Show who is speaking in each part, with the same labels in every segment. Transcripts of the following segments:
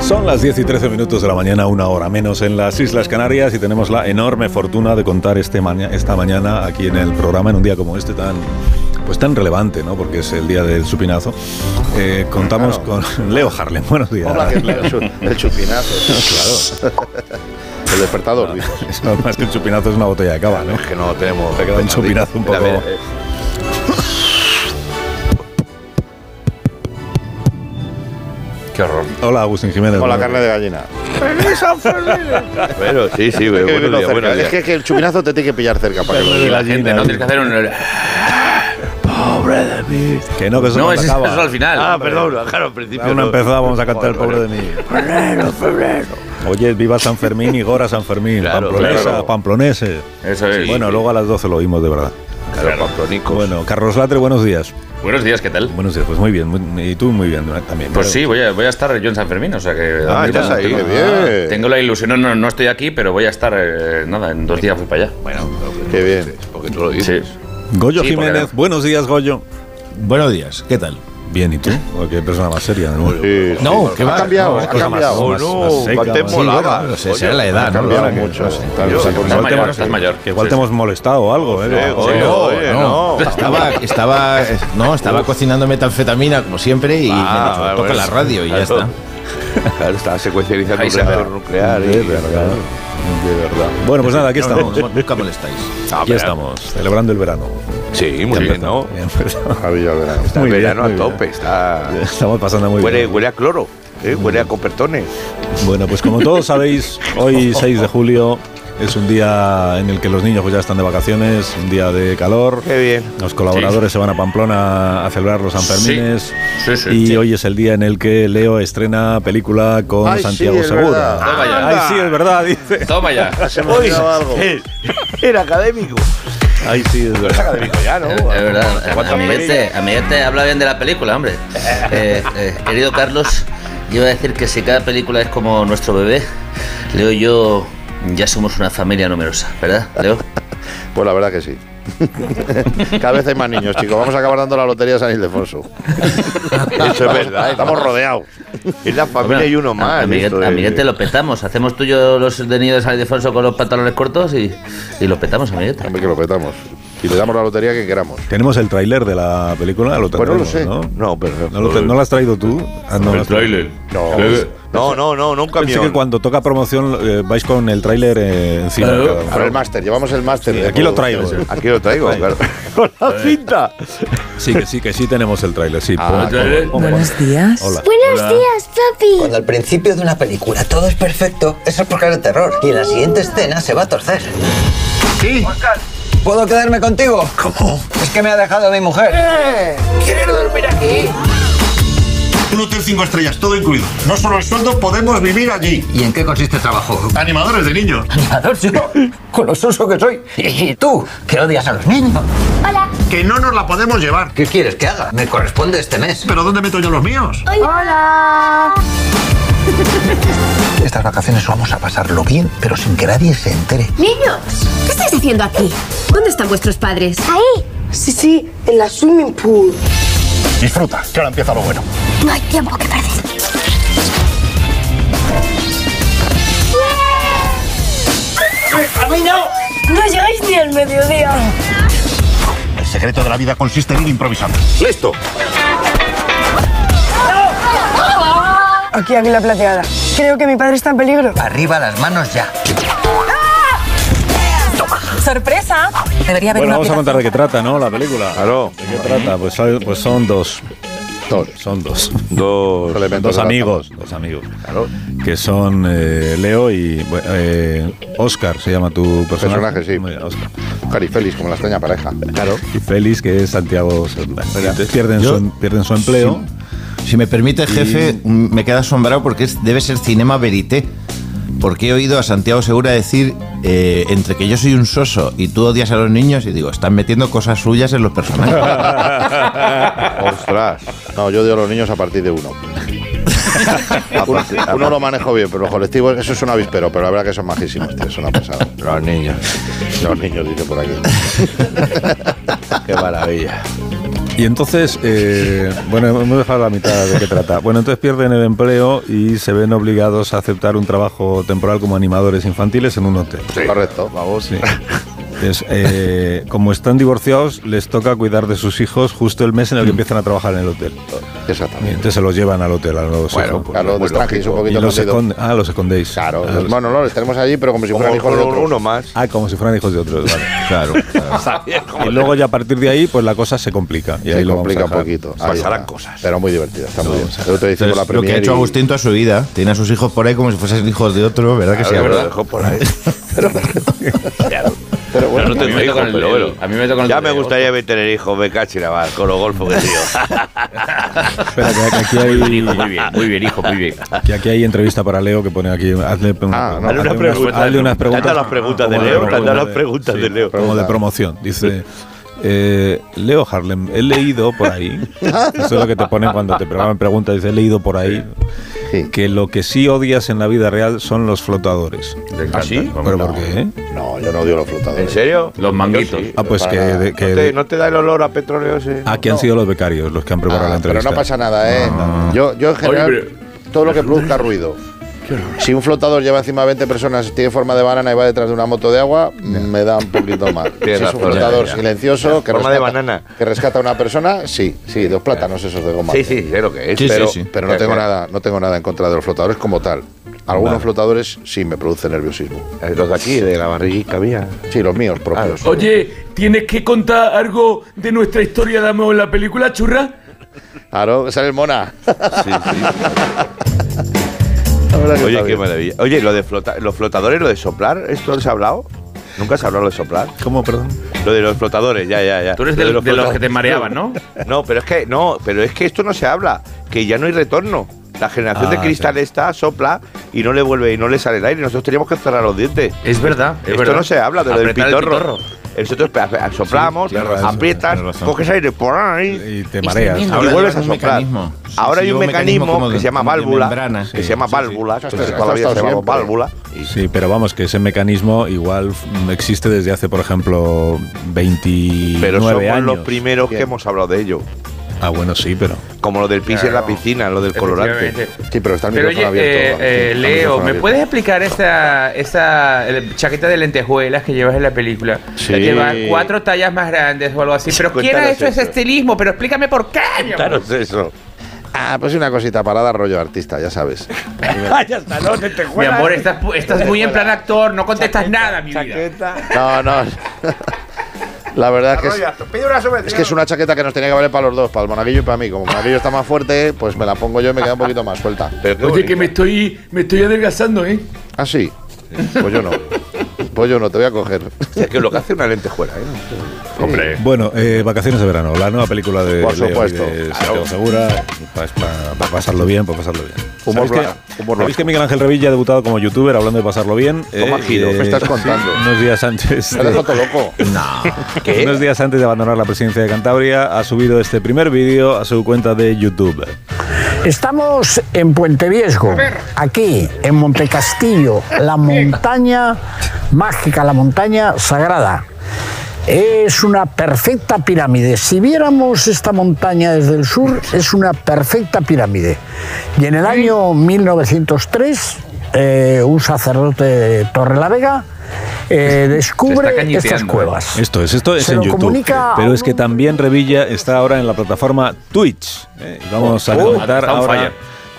Speaker 1: Son las 10 y 13 minutos de la mañana, una hora menos en las Islas Canarias y tenemos la enorme fortuna de contar este maña- esta mañana aquí en el programa, en un día como este tan, pues tan relevante, ¿no? porque es el día del supinazo. Eh, contamos con Leo Harlem. Buenos días.
Speaker 2: Hola, que es el, chu- el chupinazo. El despertador, dices.
Speaker 1: Eso, más que un chupinazo es una botella de cava, ¿no?
Speaker 2: Es que no tenemos.
Speaker 1: Te queda un chupinazo un
Speaker 2: Mira,
Speaker 1: poco-
Speaker 2: a ver, eh, Qué horror.
Speaker 1: Hola, Agustín Jiménez.
Speaker 3: Con la
Speaker 1: Buenos
Speaker 3: carne de gallina.
Speaker 2: Bueno, sí, sí,
Speaker 3: Hay que
Speaker 2: buenos
Speaker 3: vivirlo
Speaker 2: días,
Speaker 3: cerca.
Speaker 2: buenos
Speaker 3: Es
Speaker 2: días.
Speaker 3: que, que el chupinazo te tiene que pillar cerca para que lo
Speaker 2: Y
Speaker 3: veas.
Speaker 2: la gente, no tienes que hacer un. Pobre de mí.
Speaker 1: días. Que no, que eso
Speaker 4: No,
Speaker 1: no
Speaker 4: es eso
Speaker 1: acaba.
Speaker 4: al final.
Speaker 2: Ah, perdón, claro, al principio.
Speaker 1: Aún no ha
Speaker 2: no.
Speaker 1: empezado, vamos a cantar el pobre de mí. Oye, viva San Fermín y Gora San Fermín,
Speaker 2: Claro,
Speaker 1: pamplonesa,
Speaker 2: claro.
Speaker 1: pamploneses.
Speaker 4: Eso es.
Speaker 1: bueno, luego a las 12 lo oímos de verdad.
Speaker 2: Claro, Pamplonicos.
Speaker 1: Bueno, Carlos Latre, buenos días.
Speaker 4: Buenos días, ¿qué tal?
Speaker 1: Buenos días, pues muy bien. muy- y tú muy bien ¿no? también.
Speaker 4: Pues
Speaker 1: ¿no?
Speaker 4: sí, voy a, voy a estar yo en San Fermín, o sea que...
Speaker 2: Ah,
Speaker 4: mira,
Speaker 2: estás ahí,
Speaker 4: tengo-
Speaker 2: qué bien.
Speaker 4: Tengo la ilusión, no, no, no estoy aquí, pero voy a estar, eh, nada, en dos días voy para allá.
Speaker 2: Bueno, no,
Speaker 3: Qué bien.
Speaker 2: porque tú lo
Speaker 4: Sí.
Speaker 2: dices.
Speaker 1: Goyo
Speaker 4: Sí,
Speaker 1: Jiménez,
Speaker 4: porque no.
Speaker 1: buenos días, Goyo.
Speaker 5: Buenos días, ¿qué tal? ¿Eh?
Speaker 1: Bien, ¿y tú? O Qué persona más seria. ¿no?
Speaker 3: Sí, sí.
Speaker 5: No, que
Speaker 3: ha
Speaker 5: va,
Speaker 3: cambiado,
Speaker 5: no,
Speaker 3: ha
Speaker 5: cosa
Speaker 3: cambiado.
Speaker 1: pues más-
Speaker 2: Oh, no,
Speaker 1: más seca,
Speaker 2: antes
Speaker 1: más-
Speaker 5: Sí,
Speaker 2: molaba.
Speaker 5: bueno, no sé,
Speaker 2: Oye,
Speaker 5: será la edad,
Speaker 3: ha
Speaker 5: ¿no?
Speaker 3: cambiado
Speaker 5: Ahora que-
Speaker 3: mucho.
Speaker 5: no sé.
Speaker 3: Está-
Speaker 2: Yo-
Speaker 3: se ha
Speaker 2: yo-
Speaker 3: puesto-
Speaker 4: Estás mayor,
Speaker 2: sí.
Speaker 4: estás mayor.
Speaker 1: Que igual
Speaker 4: Sí,
Speaker 1: te hemos molestado o algo, ¿eh?
Speaker 3: Sí,
Speaker 1: Sí.
Speaker 3: oye, oye,
Speaker 5: No,
Speaker 3: no.
Speaker 5: estaba, estaba, eh, no, estaba cocinando metanfetamina como siempre y me han dicho,
Speaker 2: Ah,
Speaker 5: toca
Speaker 2: bueno.
Speaker 5: la radio y ya
Speaker 2: Claro.
Speaker 5: está.
Speaker 2: Claro, estaba secuencializando
Speaker 4: Ahí
Speaker 2: un
Speaker 4: se va.
Speaker 2: reactor nuclear. y-
Speaker 1: De verdad.
Speaker 2: De verdad.
Speaker 1: Bueno, pues nada, aquí estamos.
Speaker 5: No, nunca molestáis.
Speaker 1: Aquí estamos, celebrando el verano.
Speaker 2: Ah, Sí, muy bien, ¿no?
Speaker 1: Ya empezamos.
Speaker 3: Maravilla, verá.
Speaker 2: Está
Speaker 1: Muy bien,
Speaker 2: verano
Speaker 1: muy
Speaker 2: a
Speaker 1: bien.
Speaker 2: tope, está.
Speaker 1: Estamos pasando muy
Speaker 2: Huele,
Speaker 1: bien.
Speaker 2: huele a cloro, ¿eh? huele a copertones.
Speaker 1: Bueno, pues como todos sabéis, hoy 6 de julio es un día en el que los niños pues ya están de vacaciones, un día de calor.
Speaker 2: Qué bien.
Speaker 1: Los colaboradores se van a Pamplona a celebrar los Sanfermines.
Speaker 4: Sí, sí.
Speaker 1: Y
Speaker 4: sí.
Speaker 1: hoy es el día en el que Leo estrena película con
Speaker 3: Ay, sí,
Speaker 1: Santiago
Speaker 3: es
Speaker 1: Segura.
Speaker 3: verdad.
Speaker 2: Ah,
Speaker 3: Ah,
Speaker 4: Toma ya.
Speaker 1: Ay, sí, es verdad, dice.
Speaker 4: Toma ya.
Speaker 3: Se me ha olvidado algo.
Speaker 2: eh, Era académico.
Speaker 1: Ay, sí, es verdad.
Speaker 2: Académico ya, ¿no?
Speaker 6: Es verdad,
Speaker 2: ¿Cuántas
Speaker 6: amiguete, amiguete, habla bien de la película, hombre. Eh, eh, querido Carlos, yo iba a decir que si cada película es como nuestro bebé, Leo y yo ya somos una familia numerosa, ¿verdad, Leo?
Speaker 3: Pues la verdad que sí. Cada vez hay más niños, chicos. Vamos a acabar dando la lotería a San Ildefonso.
Speaker 2: Eso es Ah, verdad.
Speaker 3: Estamos rodeados.
Speaker 2: Es la familia y uno más.
Speaker 6: Amiguete,
Speaker 2: esto de-
Speaker 6: amiguete, lo petamos. Hacemos tuyo los detenidos al Ildefonso con los pantalones cortos y, y lo petamos, amiguete.
Speaker 3: Hombre, que lo petamos. Y le damos la lotería que queramos.
Speaker 1: Tenemos el tráiler de la película, lo
Speaker 3: Pues no lo
Speaker 1: tendremos,
Speaker 3: sé.
Speaker 1: ¿no?
Speaker 2: No, pero.
Speaker 1: ¿No lo, te- no lo has traído tú? Ah, no, lo has traído.
Speaker 2: No, no, no, no, no un
Speaker 1: Pensé
Speaker 2: camión.
Speaker 1: que cuando toca promoción eh, vais con el tráiler eh, encima. cada uno.
Speaker 3: Para el máster, llevamos el máster.
Speaker 1: Sí,
Speaker 3: de
Speaker 1: aquí lo
Speaker 3: producción.
Speaker 1: traigo.
Speaker 2: Aquí lo traigo, claro. Con la cinta.
Speaker 1: Sí, que sí, que sí tenemos el tráiler, sí.
Speaker 2: Ah,
Speaker 1: Pon-
Speaker 4: tráiler.
Speaker 1: pon- pon-
Speaker 7: Buenos días.
Speaker 1: Hola.
Speaker 8: Buenos días, papi.
Speaker 9: Cuando al principio de una película todo es perfecto, eso es porque es de terror. Y en la siguiente escena se va a torcer. Sí. ¿Puedo quedarme contigo? ¿Cómo? Es que me ha dejado mi mujer.
Speaker 10: Eh, Un hotel cinco estrellas, todo incluido. No solo el sueldo, podemos vivir allí.
Speaker 9: ¿Y en qué consiste el trabajo?
Speaker 10: Animadores de niños.
Speaker 9: Animador, sí. Con lo soso que soy. Y tú, que odias a los niños.
Speaker 8: Hola.
Speaker 10: Que no nos la podemos llevar.
Speaker 9: ¿Qué quieres que haga? Me corresponde este mes.
Speaker 10: ¿Pero dónde meto yo los míos?
Speaker 8: Hola.
Speaker 9: Estas vacaciones vamos a pasarlo bien, pero sin que nadie se entere.
Speaker 8: Niños.
Speaker 7: ¿Qué estáis haciendo aquí? ¿Dónde están vuestros padres?
Speaker 8: Ahí.
Speaker 7: Sí, sí, en la swimming pool.
Speaker 10: Disfruta, que ahora empieza lo bueno.
Speaker 8: No hay tiempo que perder.
Speaker 7: No llegáis ni al mediodía.
Speaker 10: El secreto de la vida consiste en ir improvisando.
Speaker 2: Listo.
Speaker 7: Aquí, aquí la plateada. Creo que mi padre está en peligro.
Speaker 9: Arriba las manos ya.
Speaker 7: ¡Ah! ¡Sorpresa! Debería haber
Speaker 1: Bueno,
Speaker 7: una
Speaker 1: vamos a contar de qué trata, ¿no? La película.
Speaker 2: Claro.
Speaker 1: ¿De qué trata? Pues, son- pues son dos.
Speaker 3: Dos.
Speaker 1: Son dos.
Speaker 2: Dos.
Speaker 3: elementos
Speaker 1: Dos
Speaker 3: de la
Speaker 1: amigos. Dos amigos.
Speaker 2: Claro.
Speaker 1: Que son eh, Leo y bueno, eh, Oscar, se llama tu personaje.
Speaker 3: Personaje, sí.
Speaker 1: Muy bien, Óscar.
Speaker 3: tabla. Cari Félix, como la extraña pareja. Claro.
Speaker 1: Y Félix, que es Santiago. Segura. Pierden
Speaker 5: Yo-
Speaker 1: su, pierden su empleo.
Speaker 5: Si me permite, jefe, mm, me queda asombrado porque es- debe ser cinema verité. porque he oído a Santiago Segura decir eh, entre que yo soy un soso y tú odias a los niños y digo, están metiendo cosas suyas en los personajes.
Speaker 3: Ostras. No, yo odio a los niños a partir de uno. A partir- uno lo manejo bien, pero los colectivos, eso es un avispero, pero la verdad que son majísimos, tío, son una pasada. Los niños. Los niños, dice por aquí.
Speaker 1: Qué maravilla. Y entonces, eh, bueno, hemos dejado la mitad de qué trata. Bueno, entonces pierden el empleo y se ven obligados a aceptar un trabajo temporal como animadores infantiles en un hotel.
Speaker 3: Correcto. Vamos.
Speaker 1: Sí. Entonces, eh, como están divorciados, les toca cuidar de sus hijos justo el mes en el que empiezan a trabajar en el hotel. Y
Speaker 3: Mm. Exactamente.
Speaker 1: entonces se los llevan al hotel, a los hijos, pues,
Speaker 3: Claro, los trajes un
Speaker 1: y
Speaker 3: poquito
Speaker 1: los
Speaker 3: escondido.
Speaker 1: esconde- Ah, los escondéis.
Speaker 3: Claro,
Speaker 1: Ah,
Speaker 3: los,
Speaker 1: los-
Speaker 3: bueno, no, los tenemos allí, pero como si fueran
Speaker 2: Como
Speaker 3: hijos de
Speaker 2: con
Speaker 3: otros.
Speaker 2: uno más.
Speaker 1: Ah, como si fueran hijos de otros, vale.
Speaker 5: claro. claro.
Speaker 1: Y luego ya a partir de ahí, pues la cosa se complica. Y
Speaker 3: Se
Speaker 1: ahí lo vamos a
Speaker 3: complica un
Speaker 1: dejar.
Speaker 3: poquito. Ahí
Speaker 2: Pasarán
Speaker 3: está.
Speaker 2: cosas.
Speaker 3: Pero muy divertida, está muy bien.
Speaker 1: vamos a
Speaker 3: El otro día hicimos la
Speaker 5: Entonces, lo que ha
Speaker 3: premier
Speaker 5: hecho
Speaker 3: y-
Speaker 5: Agustín toda su vida, tiene a sus hijos por ahí como si fuesen hijos de otro, ¿verdad que sí?
Speaker 2: Claro,
Speaker 9: ¿verdad?
Speaker 2: lo dejo por ahí.
Speaker 3: Pero bueno,
Speaker 2: a mí
Speaker 9: Pero no tengo
Speaker 2: me
Speaker 9: hijos,
Speaker 2: toca
Speaker 9: pero
Speaker 2: el-
Speaker 9: bueno. A mí me toca el
Speaker 2: Ya
Speaker 9: de
Speaker 2: me
Speaker 9: agosto.
Speaker 2: gustaría tener hijos, me cachiraba con los golfos que tío.
Speaker 1: Espera, que aquí
Speaker 9: Muy bien, hijo, muy
Speaker 1: hay,
Speaker 9: bien, muy bien, hijo, muy bien.
Speaker 1: que aquí hay entrevista para Leo que pone aquí. Hazle,
Speaker 3: Ah, no,
Speaker 1: hazle
Speaker 3: hazle
Speaker 2: una
Speaker 1: unas-
Speaker 2: pregunta.
Speaker 1: hazle unas preguntas.
Speaker 2: Anda las preguntas de
Speaker 1: como
Speaker 2: Leo, anda
Speaker 1: promo-
Speaker 2: las preguntas de Leo.
Speaker 1: Como de promoción. Dice. eh, Leo Harlem, he leído por ahí, eso es lo que te ponen cuando te programan preguntas, dice, he leído por ahí,
Speaker 3: Sí.
Speaker 1: que lo que sí odias en la vida real son los flotadores.
Speaker 9: ¿Ah, sí?
Speaker 1: ¿Pero por qué? eh?
Speaker 3: No, yo no odio los flotadores.
Speaker 2: ¿En serio?
Speaker 9: Los manguitos.
Speaker 2: Yo sí.
Speaker 1: Ah, pues
Speaker 3: para
Speaker 1: que,
Speaker 3: nada.
Speaker 1: de-
Speaker 2: ¿No,
Speaker 1: que
Speaker 2: te, no te da el olor a petróleo ese?
Speaker 1: ah, que han sido los becarios los que han preparado
Speaker 3: Ah,
Speaker 1: la
Speaker 3: pero
Speaker 1: entrevista.
Speaker 3: no pasa nada, ¿eh? Yo, yo en general,
Speaker 9: Oye,
Speaker 3: todo lo que produzca ruido. Si un flotador lleva encima 20 personas, tiene forma de banana y va detrás de una moto de agua, me da un poquito mal. Si
Speaker 2: Tienes
Speaker 3: es un
Speaker 2: razón.
Speaker 3: flotador
Speaker 2: Ya, ya.
Speaker 3: silencioso, que
Speaker 2: Forma
Speaker 3: rescata,
Speaker 2: de banana.
Speaker 3: que rescata a una persona, sí, sí, los plátanos esos de goma.
Speaker 2: Sí, sí, sé lo que es.
Speaker 5: Sí,
Speaker 3: Pero,
Speaker 5: sí, sí.
Speaker 3: pero no tengo nada, no tengo nada en contra de los flotadores como tal. Algunos flotadores sí me producen nerviosismo.
Speaker 2: Eh, Los de aquí, de la barriguita mía.
Speaker 3: Ah, Sí, los míos propios.
Speaker 11: Oye, ¿tienes que contar algo de nuestra historia de amor en la película, churra?
Speaker 3: Claro, sale el mona.
Speaker 2: Sí, sí.
Speaker 3: La verdad que
Speaker 2: Oye,
Speaker 3: está
Speaker 2: qué
Speaker 3: bien.
Speaker 2: maravilla. Oye, lo de flota- los flotadores, lo de soplar, ¿esto se ha hablado? ¿Nunca se ha hablado de soplar?
Speaker 1: ¿Cómo, perdón?
Speaker 2: Lo de los flotadores, ya, ya, ya.
Speaker 9: Tú eres
Speaker 2: Lo
Speaker 9: de, de los que te
Speaker 2: flotadores.
Speaker 9: mareaban, ¿no?
Speaker 2: No, pero es que no, pero es que esto no se habla, que ya no hay retorno. La generación de
Speaker 1: Ah,
Speaker 2: cristal esta sopla y no le vuelve y no le sale el aire. Nosotros teníamos que cerrar los dientes.
Speaker 9: Es verdad. Es
Speaker 2: Esto
Speaker 9: verdad.
Speaker 2: no se habla de lo del
Speaker 9: Apretar el
Speaker 2: pitorro. Nosotros pe- pe- soplamos,
Speaker 5: tienes razón,
Speaker 2: aprietas,
Speaker 5: tienes razón.
Speaker 2: coges aire por ahí.
Speaker 1: Y te mareas.
Speaker 5: tremendo.
Speaker 2: Ahora
Speaker 5: Ahora
Speaker 2: vuelves a
Speaker 5: llevan un
Speaker 2: soplar.
Speaker 5: mecanismo. Sí,
Speaker 2: Ahora
Speaker 5: sí,
Speaker 2: hay un
Speaker 5: lleva un
Speaker 2: mecanismo,
Speaker 5: mecanismo como
Speaker 2: que
Speaker 5: de-
Speaker 2: se llama
Speaker 5: como de
Speaker 2: válvula,
Speaker 5: membrana.
Speaker 2: que
Speaker 5: Sí,
Speaker 2: se llama
Speaker 1: sí,
Speaker 2: válvula,
Speaker 3: sí.
Speaker 2: que
Speaker 3: Esto
Speaker 2: todavía
Speaker 3: está
Speaker 2: se llama
Speaker 3: siempre.
Speaker 2: válvula.
Speaker 1: Sí, pero vamos, que ese mecanismo igual mm, existe desde hace, por ejemplo, 29
Speaker 2: Pero somos
Speaker 1: años.
Speaker 2: los primeros que hemos hablado de ello.
Speaker 1: Ah, bueno, sí, pero.
Speaker 2: Como lo del pis en la
Speaker 9: Claro.
Speaker 2: piscina, lo del colorante.
Speaker 9: Efectivamente.
Speaker 3: Sí, pero está el
Speaker 9: Pero oye,
Speaker 3: micrófono
Speaker 9: eh,
Speaker 3: abierto.
Speaker 9: eh,
Speaker 3: Está el
Speaker 9: Leo,
Speaker 3: micrófono
Speaker 9: ¿me
Speaker 3: abierto.
Speaker 9: puedes explicar esa, esa eh, chaqueta de lentejuelas que llevas en la película?
Speaker 3: Sí.
Speaker 9: La Que va cuatro tallas más grandes o algo así. Pero ¿quién ha
Speaker 2: cuéntanos
Speaker 9: hecho ese
Speaker 2: eso.
Speaker 9: estilismo? Pero explícame por qué. mi amor.
Speaker 2: Daros eso.
Speaker 3: Ah, pues una cosita parada rollo artista, ya sabes.
Speaker 9: Mi amor, estás, pu- estás muy en plan actor, no contestas nada, mi vida.
Speaker 2: Chaqueta.
Speaker 3: No, no. La verdad es que es,
Speaker 2: Pide una
Speaker 3: es que es una chaqueta que nos tenía que valer para los dos, para el monaguillo y para mí. Como el monaguillo está más fuerte, pues me la pongo yo y me queda un poquito más suelta.
Speaker 11: Oye, que me estoy, me estoy adelgazando, ¿eh?
Speaker 3: Ah, sí. Pues yo no. Pues yo no, te voy a coger.
Speaker 2: que lo que hace una lentejuela, ¿eh?
Speaker 9: Hombre.
Speaker 1: Bueno, eh, Vacaciones de Verano, la nueva película de,
Speaker 3: Por
Speaker 1: Leo y
Speaker 3: supuesto.
Speaker 1: de Santiago
Speaker 11: eh,
Speaker 1: Segura, para pasarlo bien, para pasarlo bien.
Speaker 3: Humor blanco,
Speaker 1: ¿Sabéis que,
Speaker 3: humor
Speaker 1: sabéis
Speaker 3: blanco.
Speaker 1: que Miguel Ángel Revilla ha debutado como youtuber hablando de pasarlo bien? Eh,
Speaker 2: Toma giro,
Speaker 3: ¿me estás contando?
Speaker 1: sí, unos días antes.
Speaker 3: Me
Speaker 1: de-
Speaker 3: dejo todo loco.
Speaker 1: Unos días antes de abandonar la presidencia de Cantabria, ha subido este primer vídeo a su cuenta de YouTube.
Speaker 11: Estamos en Puente Viesgo, aquí en Montecastillo, la montaña mágica, la montaña sagrada. Es una perfecta pirámide. Si viéramos esta montaña desde el sur, es una perfecta pirámide. Y en el año 1903, eh, un sacerdote de Torrelavega eh, descubre estas
Speaker 9: cañeteando, ¿eh?
Speaker 11: cuevas.
Speaker 1: Esto es, esto es
Speaker 11: Se
Speaker 1: en
Speaker 11: lo
Speaker 1: YouTube.
Speaker 11: comunica a
Speaker 1: Pero es
Speaker 11: un
Speaker 1: que
Speaker 11: hombre.
Speaker 1: también Revilla está ahora en la plataforma Twitch. ¿eh? Y Vamos a
Speaker 9: Oh,
Speaker 1: conectar
Speaker 9: está on
Speaker 1: ahora.
Speaker 9: fire.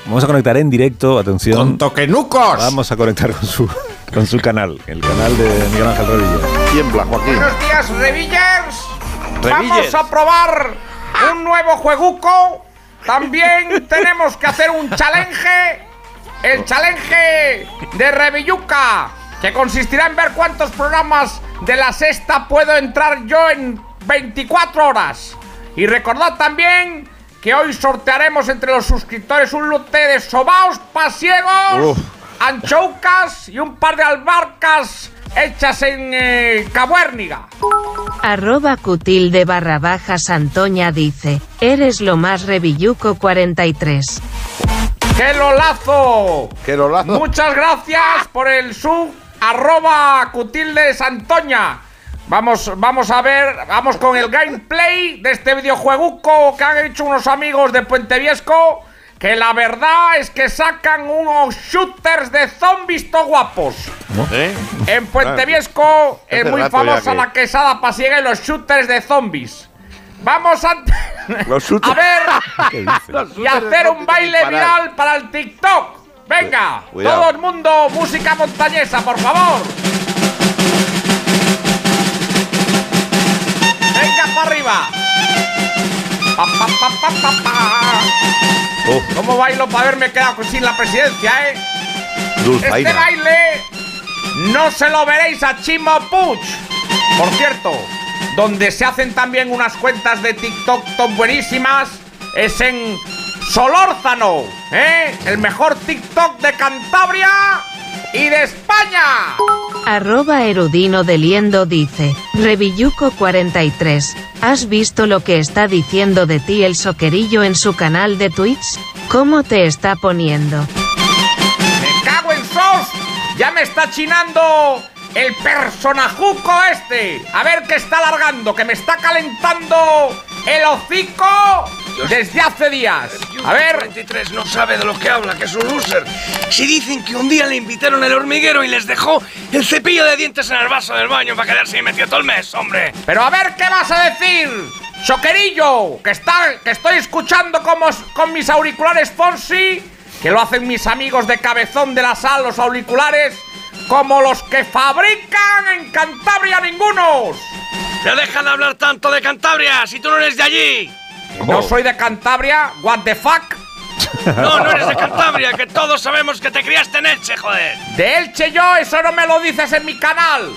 Speaker 1: Vamos a conectar en directo, atención.
Speaker 5: ¡Con toquenucos!
Speaker 1: Vamos a conectar con su, con su canal, el canal de Miguel Ángel Revilla.
Speaker 3: Tiembla, Joaquín.
Speaker 11: Buenos días, Revillers.
Speaker 2: Revillers.
Speaker 11: Vamos a probar un nuevo jueguco. También tenemos que hacer un challenge. El challenge de Revilluca, que consistirá en ver cuántos programas de la sexta puedo entrar yo en 24 horas. Y recordad también que hoy sortearemos entre los suscriptores un lote de sobaos pasiegos anchoucas y un par de albarcas hechas en eh, Cabuérniga.
Speaker 12: Arroba cutilde barra bajas Antoña dice, eres lo más revilluco 43.
Speaker 11: ¡Que lo lazo!
Speaker 3: Que lo lazo.
Speaker 11: Muchas gracias por el sub arroba cutildes Antoña. Vamos, vamos a ver, vamos con el gameplay de este videojueguco que han hecho unos amigos de Puente Viesco. Que la verdad es que sacan unos shooters de zombies to guapos.
Speaker 3: ¿Eh?
Speaker 11: En Puente
Speaker 3: Claro.
Speaker 11: Viesco es
Speaker 3: Hace
Speaker 11: muy
Speaker 3: rato ya
Speaker 11: famosa
Speaker 3: que-
Speaker 11: la quesada pasiega y los shooters de zombies. Vamos a,
Speaker 2: Ah.
Speaker 11: a ver y hacer un baile
Speaker 3: disparar.
Speaker 11: viral para el TikTok. Venga,
Speaker 3: Cuidado.
Speaker 11: todo el mundo, música montañesa, por favor. Venga para arriba. Pa, pa, pa, pa, pa, pa. ¿Cómo bailo para haberme quedado sin la presidencia, eh? Este
Speaker 3: Dulzaina.
Speaker 11: baile no se lo veréis a Chimo Puch. Por cierto, donde se hacen también unas cuentas de TikTok top buenísimas es en Solórzano, ¿eh? El mejor TikTok de Cantabria y de España.
Speaker 12: Arroba erudino de liendo dice, revilluco 43, ¿has visto lo que está diciendo de ti el soquerillo en su canal de Twitch? ¿Cómo te está poniendo?
Speaker 11: ¡Me cago en sos! Ya me está chinando el personajuco este. A ver qué está alargando, que me está calentando el hocico desde hace días. A ver.
Speaker 13: 23 no sabe de lo que habla, que es un loser. Si dicen que un día le invitaron al hormiguero y les dejó el cepillo de dientes en el vaso del baño para quedarse ahí metido todo el mes, hombre.
Speaker 11: Pero a ver qué vas a decir, Soquerillo, que, está, que estoy escuchando como, s- con mis auriculares Fonsi, que lo hacen mis amigos de Cabezón de la Sal, los auriculares, como los que fabrican en Cantabria ningunos.
Speaker 13: No dejan de hablar tanto de Cantabria si tú no eres de allí.
Speaker 11: No soy de Cantabria, Ah, what the fuck.
Speaker 13: No, no eres de Cantabria, que todos sabemos que te criaste en Elche, joder.
Speaker 11: De Elche yo, eso no me lo dices en mi canal.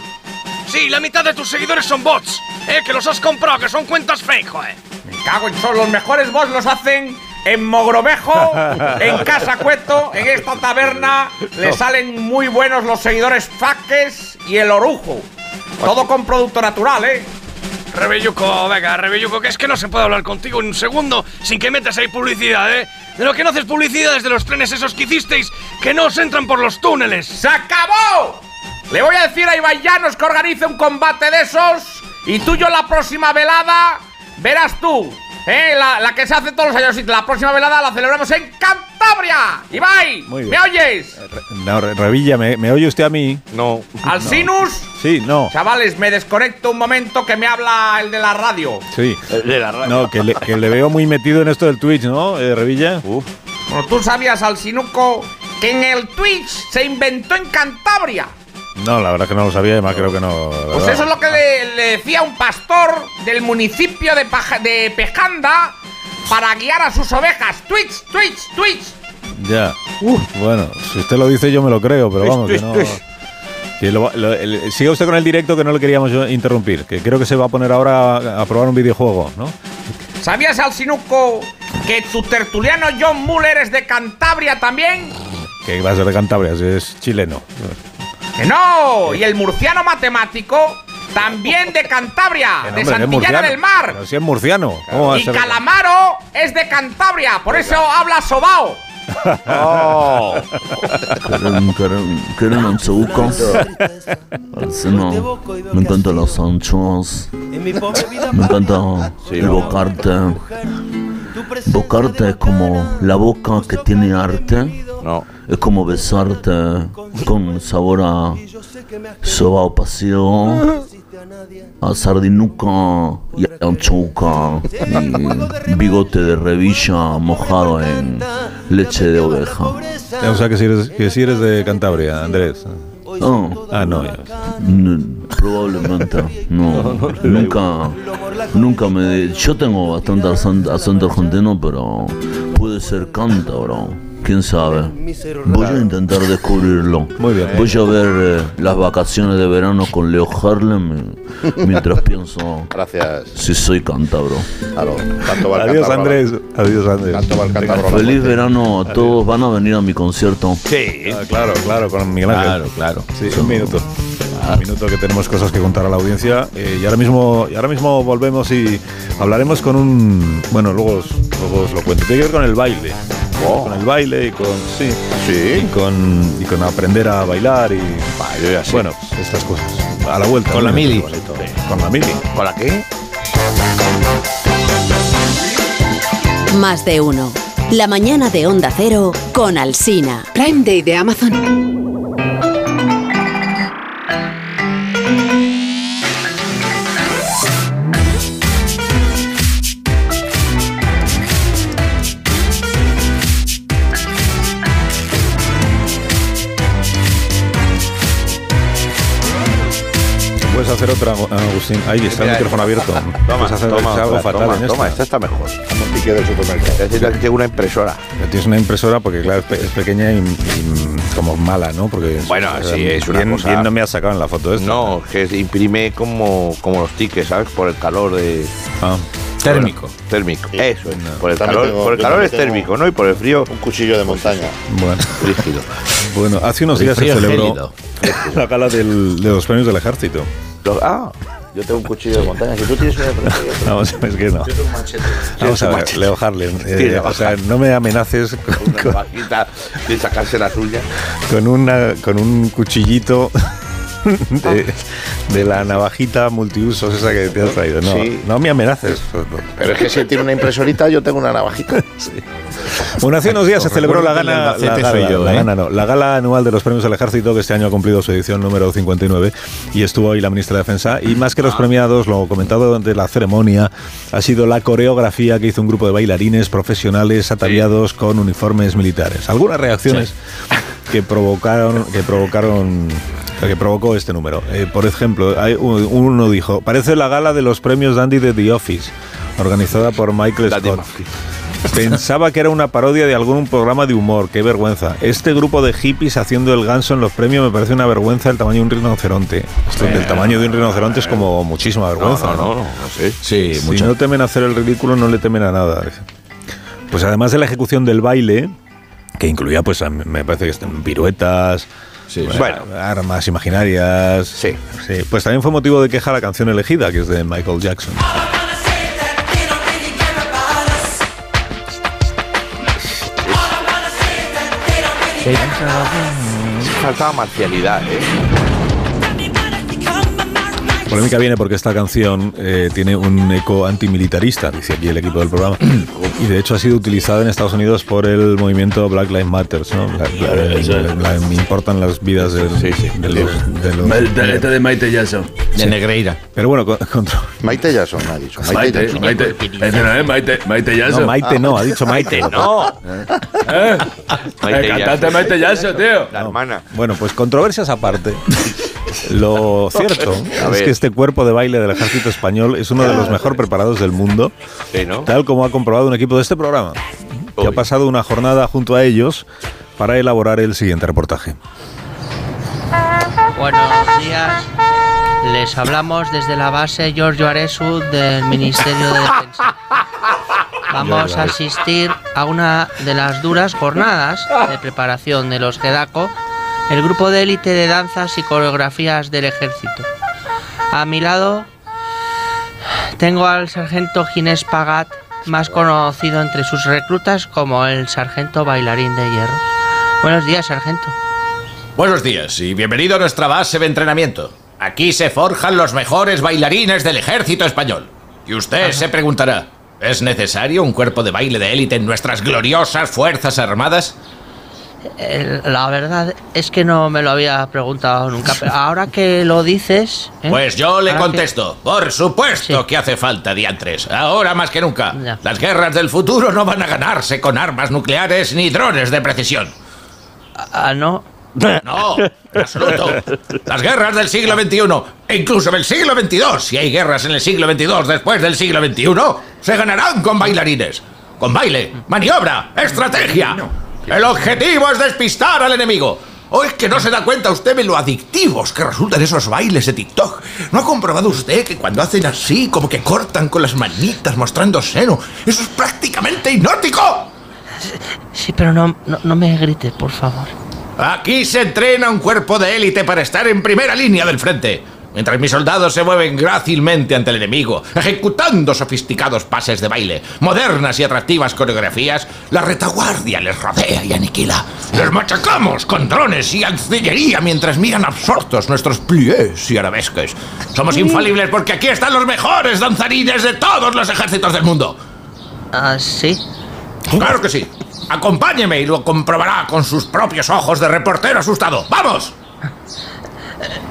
Speaker 13: Sí, la mitad de tus seguidores son bots, eh, que los has comprado, que son cuentas fake, joder.
Speaker 11: Me cago en sol, los mejores bots los hacen en Mogrovejo, en Casa Cueto, en esta taberna. Le
Speaker 13: No.
Speaker 11: salen muy buenos los seguidores Faques y el Orujo. Todo con producto natural, ¿eh?
Speaker 13: Rebelluco, venga, Rebelluco, que es que no se puede hablar contigo en un segundo sin que metas ahí publicidad, ¿eh? De lo que no haces publicidad es de los trenes esos que hicisteis, que no os entran por los túneles.
Speaker 11: ¡Se acabó! Le voy a decir a Iván Llanos que organice un combate de esos y tú yo la próxima velada verás tú. ¿eh? La, la que se hace todos los años y la próxima velada la celebramos en Cantabria. Ibai,
Speaker 1: Muy bien.
Speaker 11: ¿me oyes?
Speaker 1: No, Re- Revilla, ¿me, me oye usted a mí? No.
Speaker 11: Al Sinus.
Speaker 1: Sí, no.
Speaker 11: Chavales, me desconecto un momento que me habla el de la radio.
Speaker 1: Sí. No, que le, que le veo muy metido en esto del Twitch, ¿no, eh, Revilla? Uf.
Speaker 11: Bueno, tú sabías, al Sinuco, que en el Twitch se inventó en Cantabria.
Speaker 1: No, la verdad es que no lo sabía, además creo que no. la
Speaker 11: Pues
Speaker 1: verdad.
Speaker 11: eso es lo que le, le decía un pastor del municipio de, Paja- de Pejanda para guiar a sus ovejas. Twitch, Twitch, Twitch.
Speaker 1: Ya. Bueno, si usted lo dice yo me lo creo, pero vamos, que no. que lo va- lo- el- siga usted con el directo que no le queríamos yo interrumpir, que creo que se va a poner ahora a, a probar un videojuego, ¿no?
Speaker 11: ¿Sabías, al Sinuco, que tu tertuliano John Muller es de Cantabria también?
Speaker 1: Que va a ser de Cantabria, si es chileno.
Speaker 11: Que no, y el murciano matemático también de Cantabria, de
Speaker 1: Que no, hombre, que es
Speaker 11: Santillana
Speaker 1: murciano.
Speaker 11: del Mar.
Speaker 1: Pero si es murciano. ¿cómo va a
Speaker 11: Y
Speaker 1: ser?
Speaker 11: Calamaro es de Cantabria, por eso habla sobao.
Speaker 14: Quieren, quieren, quieren anchucos. Parece no. Me encantan los anchos. Me encanta evocarte. Evocarte es como la boca que tiene arte. No. Es como besarte con sabor a soba o paseo. A sardinuca y a anchuca. Y bigote de revilla mojado en leche de oveja.
Speaker 1: O sea, que si eres, que si eres de Cantabria, Andrés.
Speaker 14: No.
Speaker 1: Ah, no. ya.
Speaker 14: N- Probablemente, no. nunca, nunca me. de- Yo tengo bastante acento acento argentino, pero puede ser cántabro. ¿Quién sabe? Voy a intentar descubrirlo. Muy bien. Voy a ver eh, las vacaciones de verano con Leo Harlem y- mientras pienso
Speaker 3: Gracias.
Speaker 14: si soy cántabro.
Speaker 3: Claro,
Speaker 1: Adiós, Andrés. Adiós, Andrés.
Speaker 14: Feliz verano a todos. Van a venir a mi concierto.
Speaker 1: Sí. Ah, claro, claro, con Miguel Ángel.
Speaker 14: Claro, claro.
Speaker 1: Sí, un minuto. Un minuto que tenemos cosas que contar a la audiencia. Eh, y ahora mismo, y ahora mismo volvemos y hablaremos con un. Bueno, luego os, luego os lo cuento. Tiene que ver con el baile. Con el baile y con. Sí. Y con, y con aprender a bailar y. Bueno, estas cosas. A la vuelta.
Speaker 5: Con la
Speaker 1: Un
Speaker 5: mili.
Speaker 1: minuto, bonito. Con la mili.
Speaker 3: ¿Con la qué?
Speaker 15: Más de uno. La mañana de Onda Cero con Alsina. Prime Day de Amazon.
Speaker 1: Puedes hacer otra, Agustín. Ahí está el
Speaker 3: Mira,
Speaker 1: micrófono abierto.
Speaker 3: Toma,
Speaker 1: Puedes hacer
Speaker 3: toma,
Speaker 1: algo
Speaker 3: otra,
Speaker 1: fatal
Speaker 3: toma,
Speaker 1: en este.
Speaker 3: toma,
Speaker 1: esta.
Speaker 3: esta está mejor. Un pique del supermercado. Es decir, tengo una impresora.
Speaker 1: Tienes una impresora porque, claro, es, pe- es pequeña y, y como mala, ¿no? Porque
Speaker 3: Bueno,
Speaker 1: o sea,
Speaker 3: sí, es una
Speaker 1: bien-
Speaker 3: cosa.
Speaker 1: bien no me ha sacado en la foto esta.
Speaker 3: No, que se imprime como, como los tickets, ¿sabes? Por el calor de.
Speaker 1: Ah.
Speaker 5: Térmico.
Speaker 3: térmico. Eso, es. por el
Speaker 1: También
Speaker 3: calor,
Speaker 1: tengo-
Speaker 3: por el
Speaker 1: yo
Speaker 3: calor
Speaker 1: también
Speaker 3: es
Speaker 1: tengo
Speaker 3: térmico, ¿no? Y por el frío. Un cuchillo de montaña.
Speaker 1: Bueno,
Speaker 3: rígido.
Speaker 1: Bueno, hace unos
Speaker 3: El
Speaker 1: días se
Speaker 3: frío
Speaker 1: celebró
Speaker 3: gélido.
Speaker 1: la gala del- de los premios del ejército.
Speaker 3: Ah, yo tengo un cuchillo de montaña. Si tú tienes una de
Speaker 1: Vamos, es que no.
Speaker 3: un machete.
Speaker 1: Vamos a ver, Leo Harlem. eh, o sea, no me amenaces con,
Speaker 3: Pues una bajita de sacarse la suya.
Speaker 1: con una, con un cuchillito de, de la navajita multiusos esa que te has traído. No,
Speaker 3: Ah. Sí.
Speaker 1: no me amenaces.
Speaker 3: Pero es que si tiene una impresorita, yo tengo una navajita.
Speaker 1: Bueno, hace unos días se
Speaker 3: Os
Speaker 1: celebró la
Speaker 3: recuerdo que el
Speaker 1: gala, la,
Speaker 3: Albacete
Speaker 1: gala,
Speaker 3: soy yo,
Speaker 1: la
Speaker 3: ¿eh?
Speaker 1: gala no, la gala anual de los premios del ejército que este año ha cumplido su edición número 59 y estuvo hoy la ministra de Defensa y más
Speaker 3: Ah.
Speaker 1: que los premiados, lo comentado durante la ceremonia ha sido la coreografía que hizo un grupo de bailarines profesionales ataviados con uniformes militares. Algunas reacciones que provocaron que provocaron que provocó este número. Eh, por ejemplo, hay un- uno dijo, parece la gala de los premios Dandy de The Office, organizada por Michael Scott. Pensaba que era una parodia de algún programa de humor, qué vergüenza. Este grupo de hippies haciendo el ganso en los premios me parece una vergüenza el tamaño de un rinoceronte. Esto, el tamaño de un rinoceronte es como muchísima vergüenza.
Speaker 3: No, no, no, no, sé.
Speaker 1: Sí, si
Speaker 3: mucha.
Speaker 1: no temen hacer el ridículo, no le temen a nada. Pues además de la ejecución del baile, que incluía, pues a- me parece que están piruetas, bueno, armas imaginarias. Sí. Pues también fue motivo de queja la canción elegida, que es de Michael Jackson.
Speaker 3: Faltaba marcialidad, ¿eh?
Speaker 1: Polémica viene porque esta canción eh, tiene un eco antimilitarista, dice aquí el equipo del programa. Y de hecho ha sido utilizada en Estados Unidos por el movimiento Black Lives Matter. ¿no? La- la- la- la- importan las vidas de, de los. de los-
Speaker 14: este
Speaker 16: Maleta de Maite Jackson.
Speaker 1: Sí. Pero bueno, con- contra.
Speaker 3: Maite Jason, ha dicho.
Speaker 16: Maite,
Speaker 3: Jason.
Speaker 16: Maite, Maite, no, ¿eh? Maite, Maite Jackson.
Speaker 1: No, Maite no, ha dicho Maite. Ah,
Speaker 16: no. ¿Eh?
Speaker 1: Maite
Speaker 16: El cantante
Speaker 1: Jackson.
Speaker 16: Maite Jackson, tío.
Speaker 3: La hermana.
Speaker 1: Bueno, pues controversias aparte. Lo cierto
Speaker 3: A
Speaker 1: es
Speaker 3: ver.
Speaker 1: que este cuerpo de baile del ejército español es uno de los mejor preparados del mundo,
Speaker 3: Sí, ¿no?
Speaker 1: tal como ha comprobado un equipo de este programa, que ha pasado una jornada junto a ellos para elaborar el siguiente reportaje.
Speaker 17: Buenos días. Les hablamos desde la base Giorgio Aresu del Ministerio de Defensa. Vamos a asistir a una de las duras jornadas de preparación de los E GEDACO, el grupo de élite de danzas y coreografías del ejército. A mi lado tengo al sargento Ginés Pagat, más conocido entre sus reclutas como el sargento bailarín de hierro. Buenos días, sargento.
Speaker 9: Buenos días y bienvenido a nuestra base de entrenamiento. Aquí se forjan los mejores bailarines del ejército español. Y usted se preguntará, ¿es necesario un cuerpo de baile de élite en nuestras gloriosas Fuerzas Armadas?
Speaker 17: Eh, La verdad es que no me lo había preguntado nunca, pero ahora que lo dices... ¿eh?
Speaker 9: Pues yo le
Speaker 17: Ahora que-
Speaker 9: contesto, por supuesto que hace falta diantres, ahora más que nunca.
Speaker 17: Ya.
Speaker 9: Las guerras del futuro no van a ganarse con armas nucleares ni drones de precisión.
Speaker 17: Ah, no.
Speaker 9: No, en absoluto. Las guerras del siglo XXI, e incluso del siglo XXII, si hay guerras en el siglo XXII después del siglo XXI, se ganarán con bailarines. Con baile, maniobra, estrategia. El objetivo es despistar al enemigo. ¿O es que no se da cuenta usted de lo adictivos que resultan esos bailes de TikTok? ¿No ha comprobado usted que cuando hacen así, como que cortan con las manitas mostrando seno, eso es prácticamente hipnótico?
Speaker 17: Sí, pero no, no, no me grites, por favor.
Speaker 9: Aquí se entrena un cuerpo de élite para estar en primera línea del frente. Mientras mis soldados se mueven grácilmente ante el enemigo, ejecutando sofisticados pases de baile, modernas y atractivas coreografías, la retaguardia les rodea y aniquila. Les machacamos con drones y artillería mientras miran absortos nuestros pliés y arabesques. Somos infalibles porque aquí están los mejores danzarines de todos los ejércitos del mundo.
Speaker 17: ¿Ah, sí?
Speaker 9: Claro que sí. Acompáñeme y lo comprobará con sus propios ojos de reportero asustado. ¡Vamos!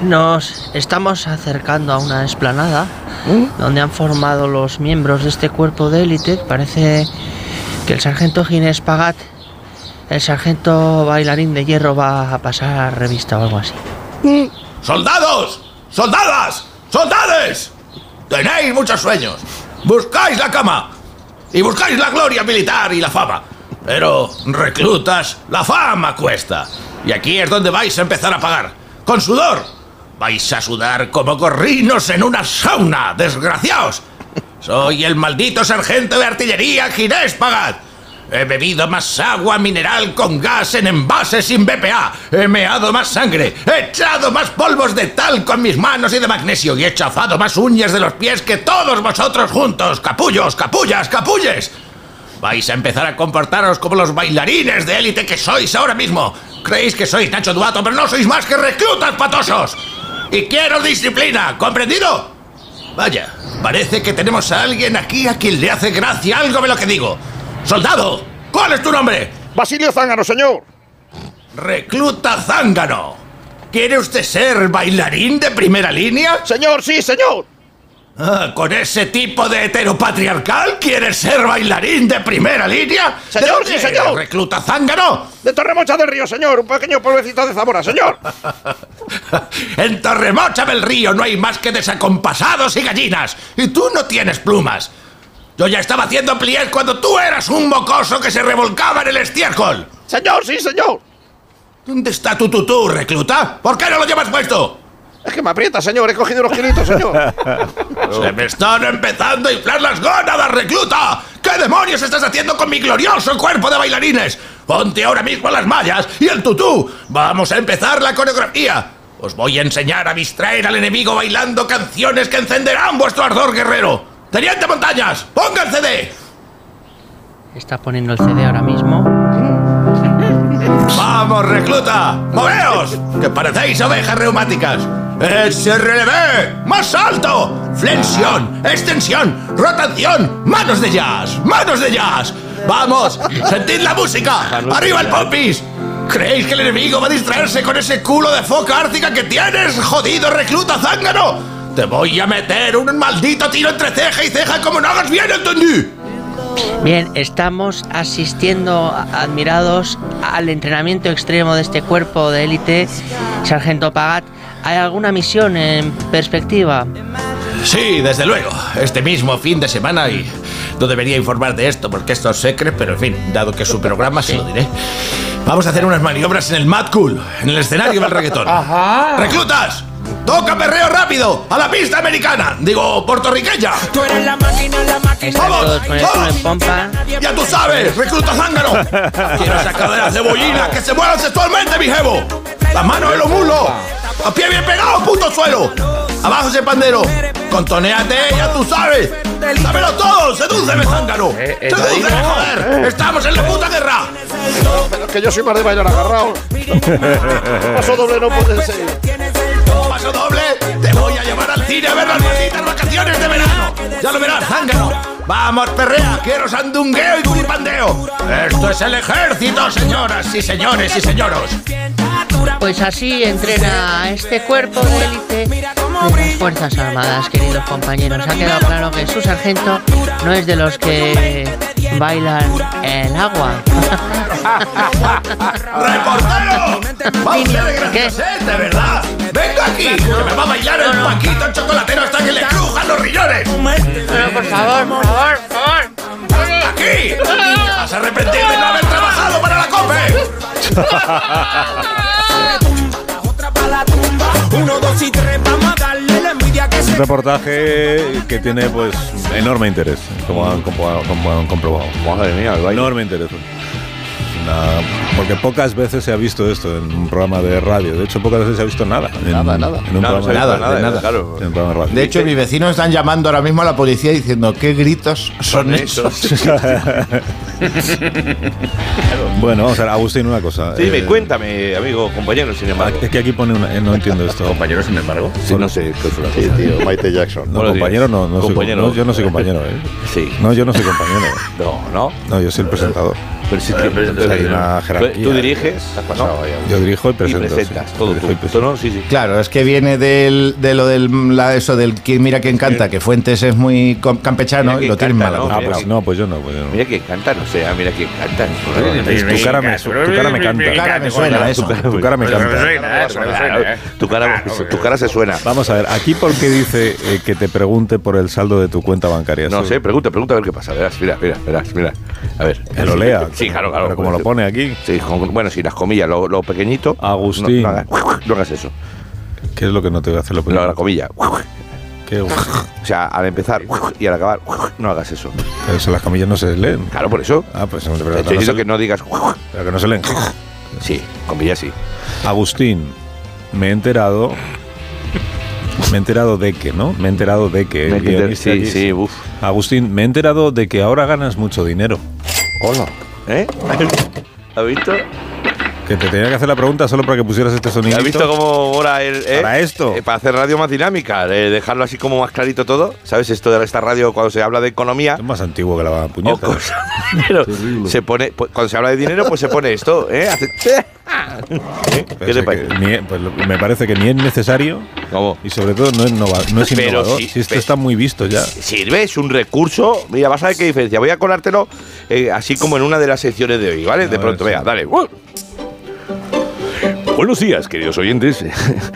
Speaker 17: Nos estamos acercando a una esplanada donde han formado los miembros de este cuerpo de élite. Parece que el sargento Ginés Pagat, el sargento bailarín de hierro, va a pasar revista o algo así.
Speaker 9: ¡Soldados! ¡Soldadas! ¡Soldades! Tenéis muchos sueños. Buscáis la cama. Y buscáis la gloria militar y la fama. Pero, reclutas, la fama cuesta. Y aquí es donde vais a empezar a pagar. Con sudor. Vais a sudar como gorrinos en una sauna, desgraciados. Soy el maldito sargento de artillería Ginés Pagat. He bebido más agua mineral con gas en envases sin BPA. He meado más sangre. He echado más polvos de tal con mis manos y de magnesio. Y he chafado más uñas de los pies que todos vosotros juntos. Capullos, capullas, capulles. Vais a empezar a comportaros como los bailarines de élite que sois ahora mismo. Creéis que sois Nacho Duato, pero no sois más que reclutas patosos. Y quiero disciplina, ¿comprendido? Vaya, parece que tenemos a alguien aquí a quien le hace gracia algo de lo que digo. ¡Soldado! ¿Cuál es tu nombre?
Speaker 8: Basilio Zángano, señor.
Speaker 9: Recluta Zángano. ¿Quiere usted ser bailarín de primera línea?
Speaker 8: Señor, sí, señor.
Speaker 9: Ah, ¿Con ese tipo de heteropatriarcal quieres ser bailarín de primera línea?
Speaker 8: Señor,
Speaker 9: ¿De dónde
Speaker 8: sí,
Speaker 9: eres,
Speaker 8: señor.
Speaker 9: ¡Recluta Zángano!
Speaker 8: De Torremocha del Río, señor. Un pequeño pueblecito de Zamora, señor.
Speaker 9: En Torremocha del Río no hay más que desacompasados y gallinas. Y tú no tienes plumas. Yo ya estaba haciendo pliés cuando tú eras un mocoso que se revolcaba en el estiércol.
Speaker 8: Señor, sí, señor.
Speaker 9: ¿Dónde está tu tutú, recluta? ¿Por qué no lo llevas puesto?
Speaker 8: Es que me aprieta, señor. He cogido unos kilitos, señor.
Speaker 9: Se me están empezando a inflar las gónadas, recluta. ¿Qué demonios estás haciendo con mi glorioso cuerpo de bailarines? Ponte ahora mismo las mallas y el tutú. Vamos a empezar la coreografía. Os voy a enseñar a distraer al enemigo bailando canciones que encenderán vuestro ardor guerrero. Teniente Montañas, ponga el CD.
Speaker 17: Está poniendo el CD ahora mismo.
Speaker 9: Vamos, recluta. Moveos, que parecéis ovejas reumáticas. SRLB, más alto. Flexión, extensión, rotación, manos de jazz, manos de jazz. Vamos, sentid la música. Arriba el popis. ¿Creéis que el enemigo va a distraerse con ese culo de foca ártica que tienes, jodido recluta zángano? Te voy a meter un maldito tiro entre ceja y ceja como no hagas bien, entendido.
Speaker 17: Bien, estamos asistiendo a- admirados al entrenamiento extremo de este cuerpo de élite. Sargento Pagat, ¿hay alguna misión en perspectiva?
Speaker 9: Sí, desde luego. Este mismo fin de semana y no debería informar de esto porque esto es secreto, pero en fin, dado que es su programa, se lo diré. Vamos a hacer unas maniobras en el Mad Cool, en el escenario del reggaetón.
Speaker 11: Ajá.
Speaker 9: ¡Reclutas! ¡Toca perreo rápido! ¡A la pista americana! Digo, puertorriqueña.
Speaker 18: Tú eres la máquina, la máquina.
Speaker 17: Están todos Pues con el culo en pompa.
Speaker 9: ¡Ya tú sabes! ¡Recluta zángano! Quiero sacar de las cebollinas que se muevan sexualmente, mi jevo. Las manos en los muslos. A pie bien pegado, puto suelo. Abajo ese pandero. Contoneate, ya tú sabes. Dámelo todo, sedúceme, zángano.
Speaker 8: Eh,
Speaker 9: Sedúceme, joder. Estamos en la puta guerra.
Speaker 8: Pero es que yo soy más de bailar agarrado. Paso doble no puede ser.
Speaker 9: Paso doble, te voy a llevar al cine a ver las malditas vacaciones de verano. Ya lo verás, zángano. Vamos, perrea, quiero sandungueo y curipandeo. Esto es el ejército, señoras y señores y señoros.
Speaker 17: Pues así entrena a este cuerpo de élite de las Fuerzas Armadas, queridos compañeros. Ha quedado claro que su sargento no es de los que bailan el agua.
Speaker 9: ¿Qué? De verdad. Venga aquí, que me va a bailar el paquito el chocolatero hasta que le crujan los riñones.
Speaker 17: por favor, por favor, por favor.
Speaker 9: Aquí. Vas a arrepentir de no haber trabajado para la COPE.
Speaker 18: Uno, dos y tres, vamos a darle la envidia que
Speaker 1: Un reportaje que tiene pues enorme interés, como han, compa- como han comprobado. Madre mía, enorme interés. Una- porque pocas veces se ha visto esto en un programa de radio. De hecho, pocas veces se ha visto nada.
Speaker 5: Nada, nada.
Speaker 1: En un programa
Speaker 5: Nada, no se
Speaker 1: de
Speaker 5: ha visto
Speaker 1: radio.
Speaker 5: nada,
Speaker 1: En
Speaker 5: nada.
Speaker 1: Claro. En un programa de radio.
Speaker 5: De hecho, mis vecinos están llamando ahora mismo a la policía diciendo qué gritos son esos.
Speaker 1: bueno, vamos a ver, Agustín, una cosa.
Speaker 2: Dime,
Speaker 1: Eh,
Speaker 2: cuéntame, amigo, compañero, sin embargo.
Speaker 1: Es que aquí pone una. eh, no entiendo esto.
Speaker 2: Compañero, sin embargo.
Speaker 1: Sí, no sé.
Speaker 3: Sí, tío, Michael Jackson.
Speaker 1: No, compañero, no, no soy-
Speaker 2: Compañero.
Speaker 1: no, yo no soy compañero, ¿eh?
Speaker 2: Sí.
Speaker 1: No, yo no soy compañero.
Speaker 2: No, no.
Speaker 1: No, yo soy el presentador. Eh,
Speaker 2: Pero si
Speaker 1: Hay una jerarquía.
Speaker 2: Tú diriges. Has pasado
Speaker 1: Yo dirijo y presento. sí.
Speaker 2: presentas todo tú. Tú no, sí, sí.
Speaker 5: Claro, es que viene del, de lo del la- eso del que mira quién canta, que Fuentes es muy com- campechano y lo tiene mal.
Speaker 1: Ah, pues no, pues yo no. Pues yo no.
Speaker 2: Mira que canta, no sé, ah, mira que canta.
Speaker 1: Es tu cara me- tu cara me canta. Tu cara me suena, eso. Tu cara me canta.
Speaker 2: Tu cara, tu cara se suena.
Speaker 1: eh. Vamos a ver, ah, aquí por qué dice eh, que te pregunte por el saldo de tu cuenta bancaria.
Speaker 2: No
Speaker 1: Eso-
Speaker 2: sé, pregunta, pregunta a ver qué pasa. Verás, mira, mira, verás, mira. A ver.
Speaker 1: Que lo lea.
Speaker 2: Sí, claro, claro.
Speaker 1: Pero como lo pone aquí.
Speaker 2: Sí, con- bueno, sí, las comillas, lo, lo pequeñito.
Speaker 1: Agustín.
Speaker 2: No, no hagas, no hagas eso.
Speaker 1: ¿Qué es lo que no te voy a hacer lo primero?
Speaker 2: No, la comilla.
Speaker 1: ¿Qué?
Speaker 2: O sea, al empezar y al acabar, no hagas eso.
Speaker 1: Pero si las comillas no se leen.
Speaker 2: Claro, por eso.
Speaker 1: Ah, pues no,
Speaker 2: Te
Speaker 1: pero
Speaker 2: estoy
Speaker 1: no
Speaker 2: diciendo
Speaker 1: se-
Speaker 2: que no digas.
Speaker 1: pero que no se leen.
Speaker 2: Sí, comillas sí.
Speaker 1: Agustín, me he enterado. Me he enterado de que, ¿no? Me he enterado de
Speaker 2: Me
Speaker 1: que. el
Speaker 2: he enter-
Speaker 1: guionista
Speaker 2: sí,
Speaker 1: aquí-
Speaker 2: sí, uf.
Speaker 1: Agustín, me he enterado de que ahora ganas mucho dinero.
Speaker 2: Hola. ¿Eh? ¿Has visto?
Speaker 1: Que te tenía que hacer la pregunta solo para que pusieras este sonido.
Speaker 2: ¿Has visto cómo ahora el, eh?
Speaker 1: Para esto.
Speaker 2: Eh, para hacer radio más dinámica, eh, dejarlo así como más clarito todo. ¿Sabes? Esto de esta radio cuando se habla de economía. Es
Speaker 1: más antiguo que la ¿eh?
Speaker 2: puñeta. se pone, pues, cuando se habla de dinero, pues se pone esto, ¿eh? Hace- ¿Eh? ¿Qué te parece?
Speaker 1: Ni- pues, lo- me parece que ni es necesario. Y sobre todo no es, innova- no es
Speaker 2: Pero
Speaker 1: innovador.
Speaker 2: sí,
Speaker 1: si esto
Speaker 2: pero-
Speaker 1: está muy visto ya.
Speaker 2: Sirve, es un recurso. Mira, vas a ver qué diferencia. Voy a colártelo eh, así como en una de las secciones de hoy, ¿vale? de pronto, vea, dale. ¡Uh! Buenos días, queridos oyentes.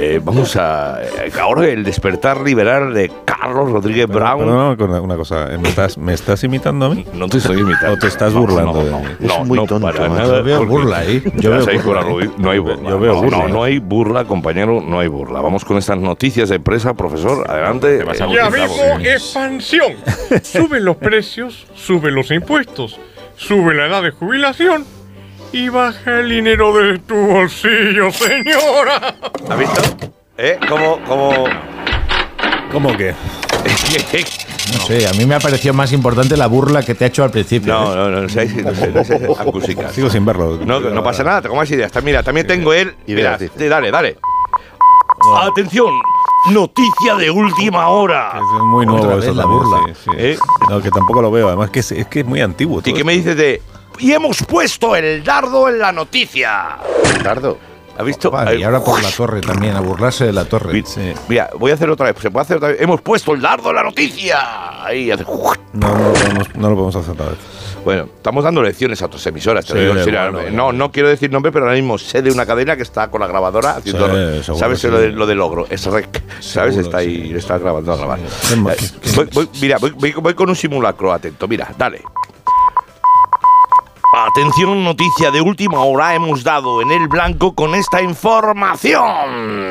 Speaker 2: Eh, vamos a. eh, Ahora el despertar liberal de Carlos Rodríguez Brown.
Speaker 1: Perdón, con una cosa. ¿Me estás, ¿Me estás imitando a mí?
Speaker 2: No te estoy imitando.
Speaker 1: ¿O te estás
Speaker 2: No,
Speaker 1: burlando
Speaker 2: no,
Speaker 1: de
Speaker 2: no,
Speaker 1: mí?
Speaker 2: no, Es muy no, tonto, para macho. nada, Yo veo porque- burla ahí. Ya sabéis que la Rubí- no hay burla.
Speaker 1: Yo veo
Speaker 2: no,
Speaker 1: burla.
Speaker 2: no, no hay burla, compañero, no hay burla. Vamos con estas noticias de presa, profesor. Adelante. Eh,
Speaker 19: Ya mismo expansión. Suben los precios, suben los impuestos, sube la edad de jubilación y baja el dinero de tu bolsillo, señora.
Speaker 2: ¿Has visto? ¿Eh? ¿Cómo, cómo?
Speaker 1: ¿Cómo qué?
Speaker 5: No sé, a mí me ha parecido más importante la burla que te ha hecho al principio. ¿eh?
Speaker 2: No, no, no, no sé, no sé, no sé, acusicas.
Speaker 1: Sigo sin verlo.
Speaker 2: No, no pasa nada, te comas ideas. Ta- Mira, también tengo él. Mira,
Speaker 1: Ideas,
Speaker 2: sí, dale, dale. Atención, noticia de última hora. Eh,
Speaker 1: Es muy
Speaker 2: Otra
Speaker 1: nuevo
Speaker 2: vez
Speaker 1: eso
Speaker 2: la
Speaker 1: también,
Speaker 2: burla.
Speaker 1: sí, sí. ¿Eh? No, que tampoco lo veo. Además, que es, es que es muy antiguo.
Speaker 2: ¿Y qué me dices de.? Y hemos puesto el dardo en la noticia.
Speaker 5: Tardo.
Speaker 2: ¿Has visto?
Speaker 5: y ahora por la torre también, a burlarse de la torre.
Speaker 2: Mira, voy a hacer otra vez. ¿Se puede hacer otra vez? Hemos puesto el dardo en la noticia. Ahí hace.
Speaker 1: No, no, lo podemos- no lo podemos hacer otra vez.
Speaker 2: Bueno, estamos dando lecciones a otras emisoras. te lo
Speaker 1: Sí,
Speaker 2: digo en serio.
Speaker 1: bueno,
Speaker 2: no, no quiero decir nombre, pero ahora mismo sé de una cadena que está con la grabadora haciendo.
Speaker 1: Sí, seguro
Speaker 2: ¿Sabes
Speaker 1: que
Speaker 2: lo,
Speaker 1: sí.
Speaker 2: de, lo del ogro? Es rec. ¿Sabes? está ahí, está grabando a grabar.
Speaker 1: más?
Speaker 2: Eh, voy- voy- mira, voy, voy- voy con un simulacro atento. Mira, dale. Atención, noticia de última hora. Hemos dado en el blanco con esta información.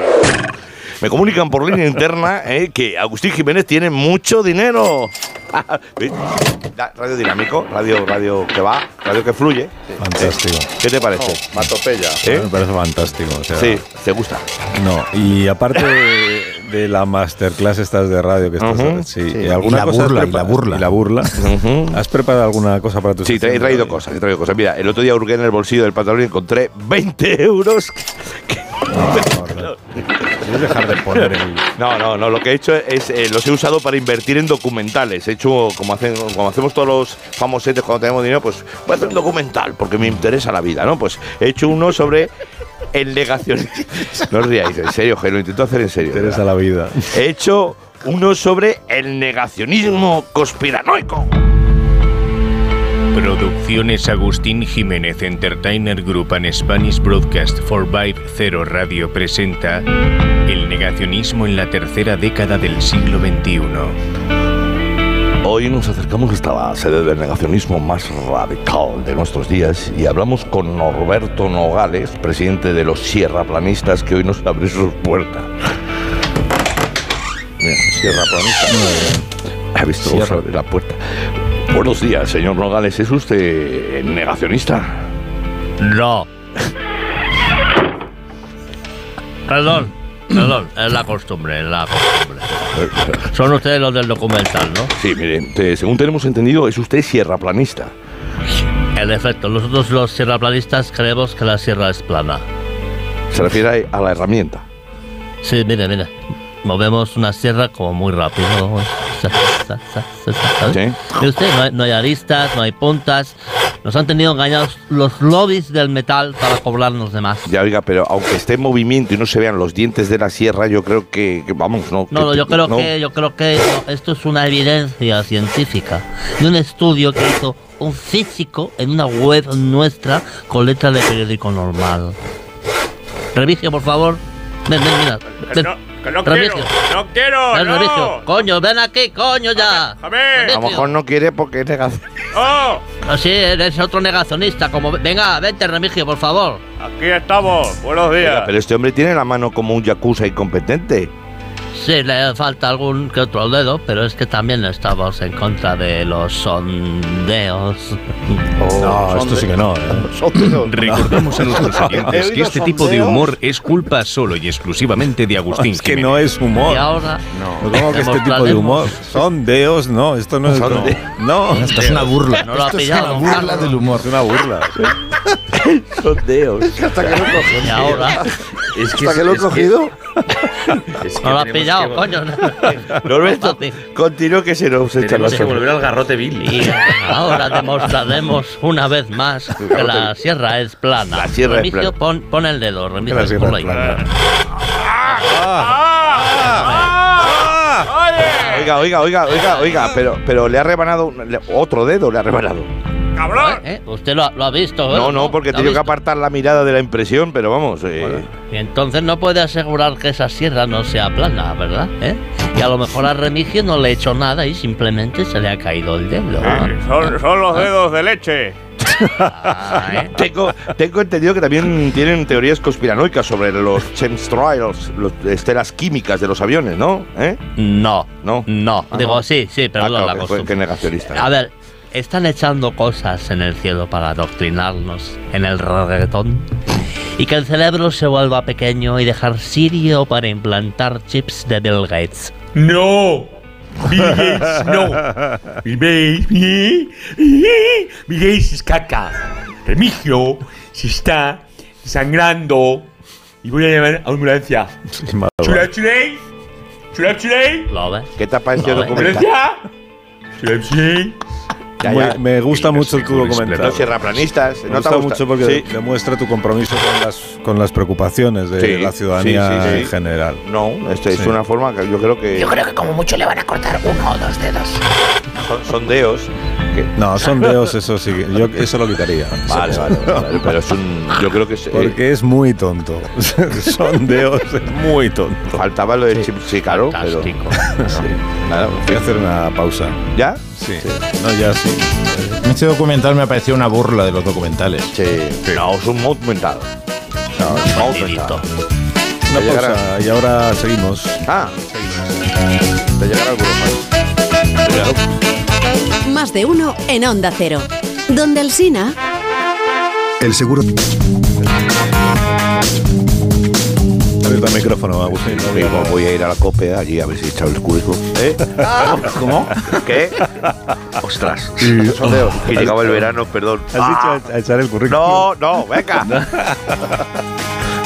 Speaker 2: Me comunican por línea interna eh, que Agustín Jiménez tiene mucho dinero. ¿Ves? Da- radio dinámico, radio, radio que va, radio que fluye. Eh,
Speaker 1: Fantástico.
Speaker 2: ¿Qué te parece?
Speaker 3: Matopeya.
Speaker 2: ¿Eh?
Speaker 1: Me parece fantástico. o sea,
Speaker 2: Sí, ¿te gusta?
Speaker 1: No, y aparte de, de la masterclass estas de radio que estás
Speaker 2: Ujú.
Speaker 1: sí,
Speaker 2: Sí.
Speaker 1: ¿y alguna
Speaker 2: Y la
Speaker 1: cosa has
Speaker 2: burla, y
Speaker 1: prepa- y la burla. ¿Has preparado alguna cosa para tu
Speaker 2: Sí, te he
Speaker 1: sección?
Speaker 2: traído cosas, he traído cosas. Mira, el otro día hurgué en el bolsillo del pantalón y encontré 20 euros.
Speaker 1: ¿Puedes dejar de poner el-
Speaker 2: No, no, no. Lo que he hecho es eh, los he usado para invertir en documentales. He hecho como hacen, como hacemos todos los famosetes cuando tenemos dinero, pues voy a hacer un documental porque me interesa la vida, ¿no? Pues he hecho uno sobre el negacionismo. No os riáis, en serio, que lo intento hacer en serio. de
Speaker 1: interesa la vida.
Speaker 2: verdad. He hecho uno sobre el negacionismo conspiranoico.
Speaker 20: Producciones Agustín Jiménez Entertainer Group and Spanish Broadcast for Vibe Zero Radio presenta El negacionismo en la tercera década del siglo XXI.
Speaker 2: Hoy nos acercamos hasta la sede del negacionismo más radical de nuestros días y hablamos con Norberto Nogales, presidente de los Sierraplanistas, que hoy nos abre sus puertas. Mira, Sierraplanista. Ha visto
Speaker 3: Sierra.
Speaker 2: la puerta. Buenos días, señor Nogales. ¿Es usted negacionista?
Speaker 6: No. Perdón, perdón, es la costumbre, es la costumbre. Son ustedes los del documental, ¿no?
Speaker 2: Sí, mire, te- según tenemos entendido, es usted sierraplanista.
Speaker 6: En efecto, nosotros los sierraplanistas creemos que la sierra es plana.
Speaker 2: Se refiere eh, a la herramienta.
Speaker 6: Sí, mire, mire. Movemos una sierra como muy rápido. ¿no? Sa, sa, sa, sa, sa, ¿sabe? Mire usted, no hay, no hay aristas, no hay puntas. Nos han tenido engañados los lobbies del metal para cobrarnos de más.
Speaker 2: Ya, oiga, pero aunque esté en movimiento y no se vean los dientes de la sierra, yo creo que, que, vamos, no.
Speaker 6: No, no,
Speaker 2: que-
Speaker 6: yo creo
Speaker 2: no.
Speaker 6: que yo creo que no, esto es una evidencia científica de un estudio que hizo un físico en una web nuestra con letra de periódico normal. Remigio, por favor. Ven, ven, mira. Ven.
Speaker 19: Que no
Speaker 6: Remigio.
Speaker 19: quiero, no quiero,
Speaker 6: Ven,
Speaker 19: no.
Speaker 6: Remigio. Coño, ven aquí, coño, ya.
Speaker 2: A lo mejor no quiere porque es negación.
Speaker 19: ¡Oh!
Speaker 6: Así eres otro negacionista. Como... Venga, vente, Remigio, por favor.
Speaker 19: Aquí estamos. Buenos días.
Speaker 2: Oiga, Pero este hombre tiene la mano como un yakuza incompetente.
Speaker 6: Sí, le falta algún que otro dedo, pero es que también estamos en contra de los sondeos.
Speaker 1: Oh, no, esto sí que no. eh.
Speaker 20: Recordamos a nuestros oyentes que este tipo de humor es culpa solo y exclusivamente de Agustín.
Speaker 1: Es que no es humor.
Speaker 6: Y ahora-
Speaker 1: No, ¿Cómo que este tipo de humor? Son deos, no, esto no es.
Speaker 5: Son
Speaker 1: no.
Speaker 5: de-
Speaker 1: No.
Speaker 5: Esto es una burla.
Speaker 1: No lo ha
Speaker 5: Esto es
Speaker 1: pillado,
Speaker 5: una burla
Speaker 1: Carlos.
Speaker 5: del humor.
Speaker 1: Es una burla.
Speaker 2: Sondeos.
Speaker 3: Hasta que lo he cogido.
Speaker 6: Y ahora.
Speaker 3: Es que- Hasta que lo he cogido.
Speaker 6: No lo has pillado, coño.
Speaker 2: Norberto, continúa que se nos echa la
Speaker 16: Tenemos que volver al garrote Billy.
Speaker 6: Ahora demostraremos una vez más que la sierra es plana. La
Speaker 16: sierra es
Speaker 6: Remigio,
Speaker 16: plana.
Speaker 6: Pon, pon el dedo, Remigio,
Speaker 16: la sierra
Speaker 6: ponlo
Speaker 16: es
Speaker 6: ahí.
Speaker 2: Oiga, oiga, oiga, oiga, oiga, pero, pero le ha rebanado un- le- otro dedo, le ha rebanado.
Speaker 6: ¿Eh? Usted lo, ha- lo ha visto, ¿eh?
Speaker 2: No, no, porque he
Speaker 6: ¿Lo ha
Speaker 2: tenido que
Speaker 6: visto?
Speaker 2: apartar la mirada de la impresión, pero vamos. eh,
Speaker 6: Y entonces no puede asegurar que esa sierra no sea plana, ¿verdad? ¿Eh? Y a lo mejor a Remigio no le he hecho nada y simplemente se le ha caído el dedo.
Speaker 2: ¿Eh?
Speaker 19: Son, son los dedos de leche.
Speaker 6: Ah, ¿eh?
Speaker 2: tengo, tengo entendido que también tienen teorías conspiranoicas sobre los chemtrails, los estelas químicas de los aviones, ¿no? ¿Eh?
Speaker 6: No.
Speaker 2: No.
Speaker 6: No. Digo, sí, sí, perdón,
Speaker 2: claro,
Speaker 6: la
Speaker 2: que fue-
Speaker 6: costumbre.
Speaker 2: que negacionista.
Speaker 6: A ver, están echando cosas en el cielo para adoctrinarnos en el reggaetón. Y que el cerebro se vuelva pequeño y dejar Sirio para implantar chips de Bill Gates.
Speaker 18: No. Bill Gates, no. Bill Gates, eh, eh, Bill Gates es caca. Remigio se está sangrando y voy a llamar a ambulancia. Chula chuley. Chula chuley.
Speaker 6: ¿Lo ves?
Speaker 2: ¿Qué te ha
Speaker 18: parecido
Speaker 1: el documental?
Speaker 18: ¡Ambulancia! Chula chuley.
Speaker 1: Muy- me gusta mucho tu documental.
Speaker 2: Los sierraplanistas,
Speaker 1: Me
Speaker 2: ¿no te
Speaker 1: gusta
Speaker 2: gusta?
Speaker 1: mucho porque
Speaker 2: Sí.
Speaker 1: demuestra tu compromiso con las, con las preocupaciones de
Speaker 2: Sí,
Speaker 1: la ciudadanía
Speaker 2: sí, sí, sí.
Speaker 1: en general.
Speaker 2: No, esto es
Speaker 1: Sí.
Speaker 2: una forma que yo creo que.
Speaker 21: Yo creo que como mucho le van a cortar uno o dos dedos.
Speaker 2: son- sondeos. que-
Speaker 1: No, son deos, eso sí. que- Yo eso lo quitaría.
Speaker 2: Vale, vale, vale, pero es un. Yo creo que es. eh,
Speaker 1: Porque es muy tonto. son deos, es muy tonto.
Speaker 2: Faltaba lo de chip, sí, claro, pero.
Speaker 1: Sí. Voy a hacer una pausa.
Speaker 2: ¿Ya?
Speaker 1: Sí. No, ya sí.
Speaker 5: Este documental me ha parecido una burla de los documentales.
Speaker 2: Sí. No, es un documental. No, es un documental.
Speaker 1: Una
Speaker 2: Te llegará-
Speaker 1: pausa y ahora seguimos.
Speaker 2: Ah. Te llegará alguno más. Cuidado.
Speaker 15: Más de uno en Onda Cero. Donde Alsina.
Speaker 22: El seguro.
Speaker 1: Abierta el micrófono, Agustín.
Speaker 2: Sí, pues voy a ir a la COPE allí a ver si he echado el currículum. ¿Eh? ¿Cómo? ¿Qué? Ostras. Sondeo. Que llegaba el verano, perdón. Ah.
Speaker 1: Has dicho a echar el currículum.
Speaker 2: No, no, venga.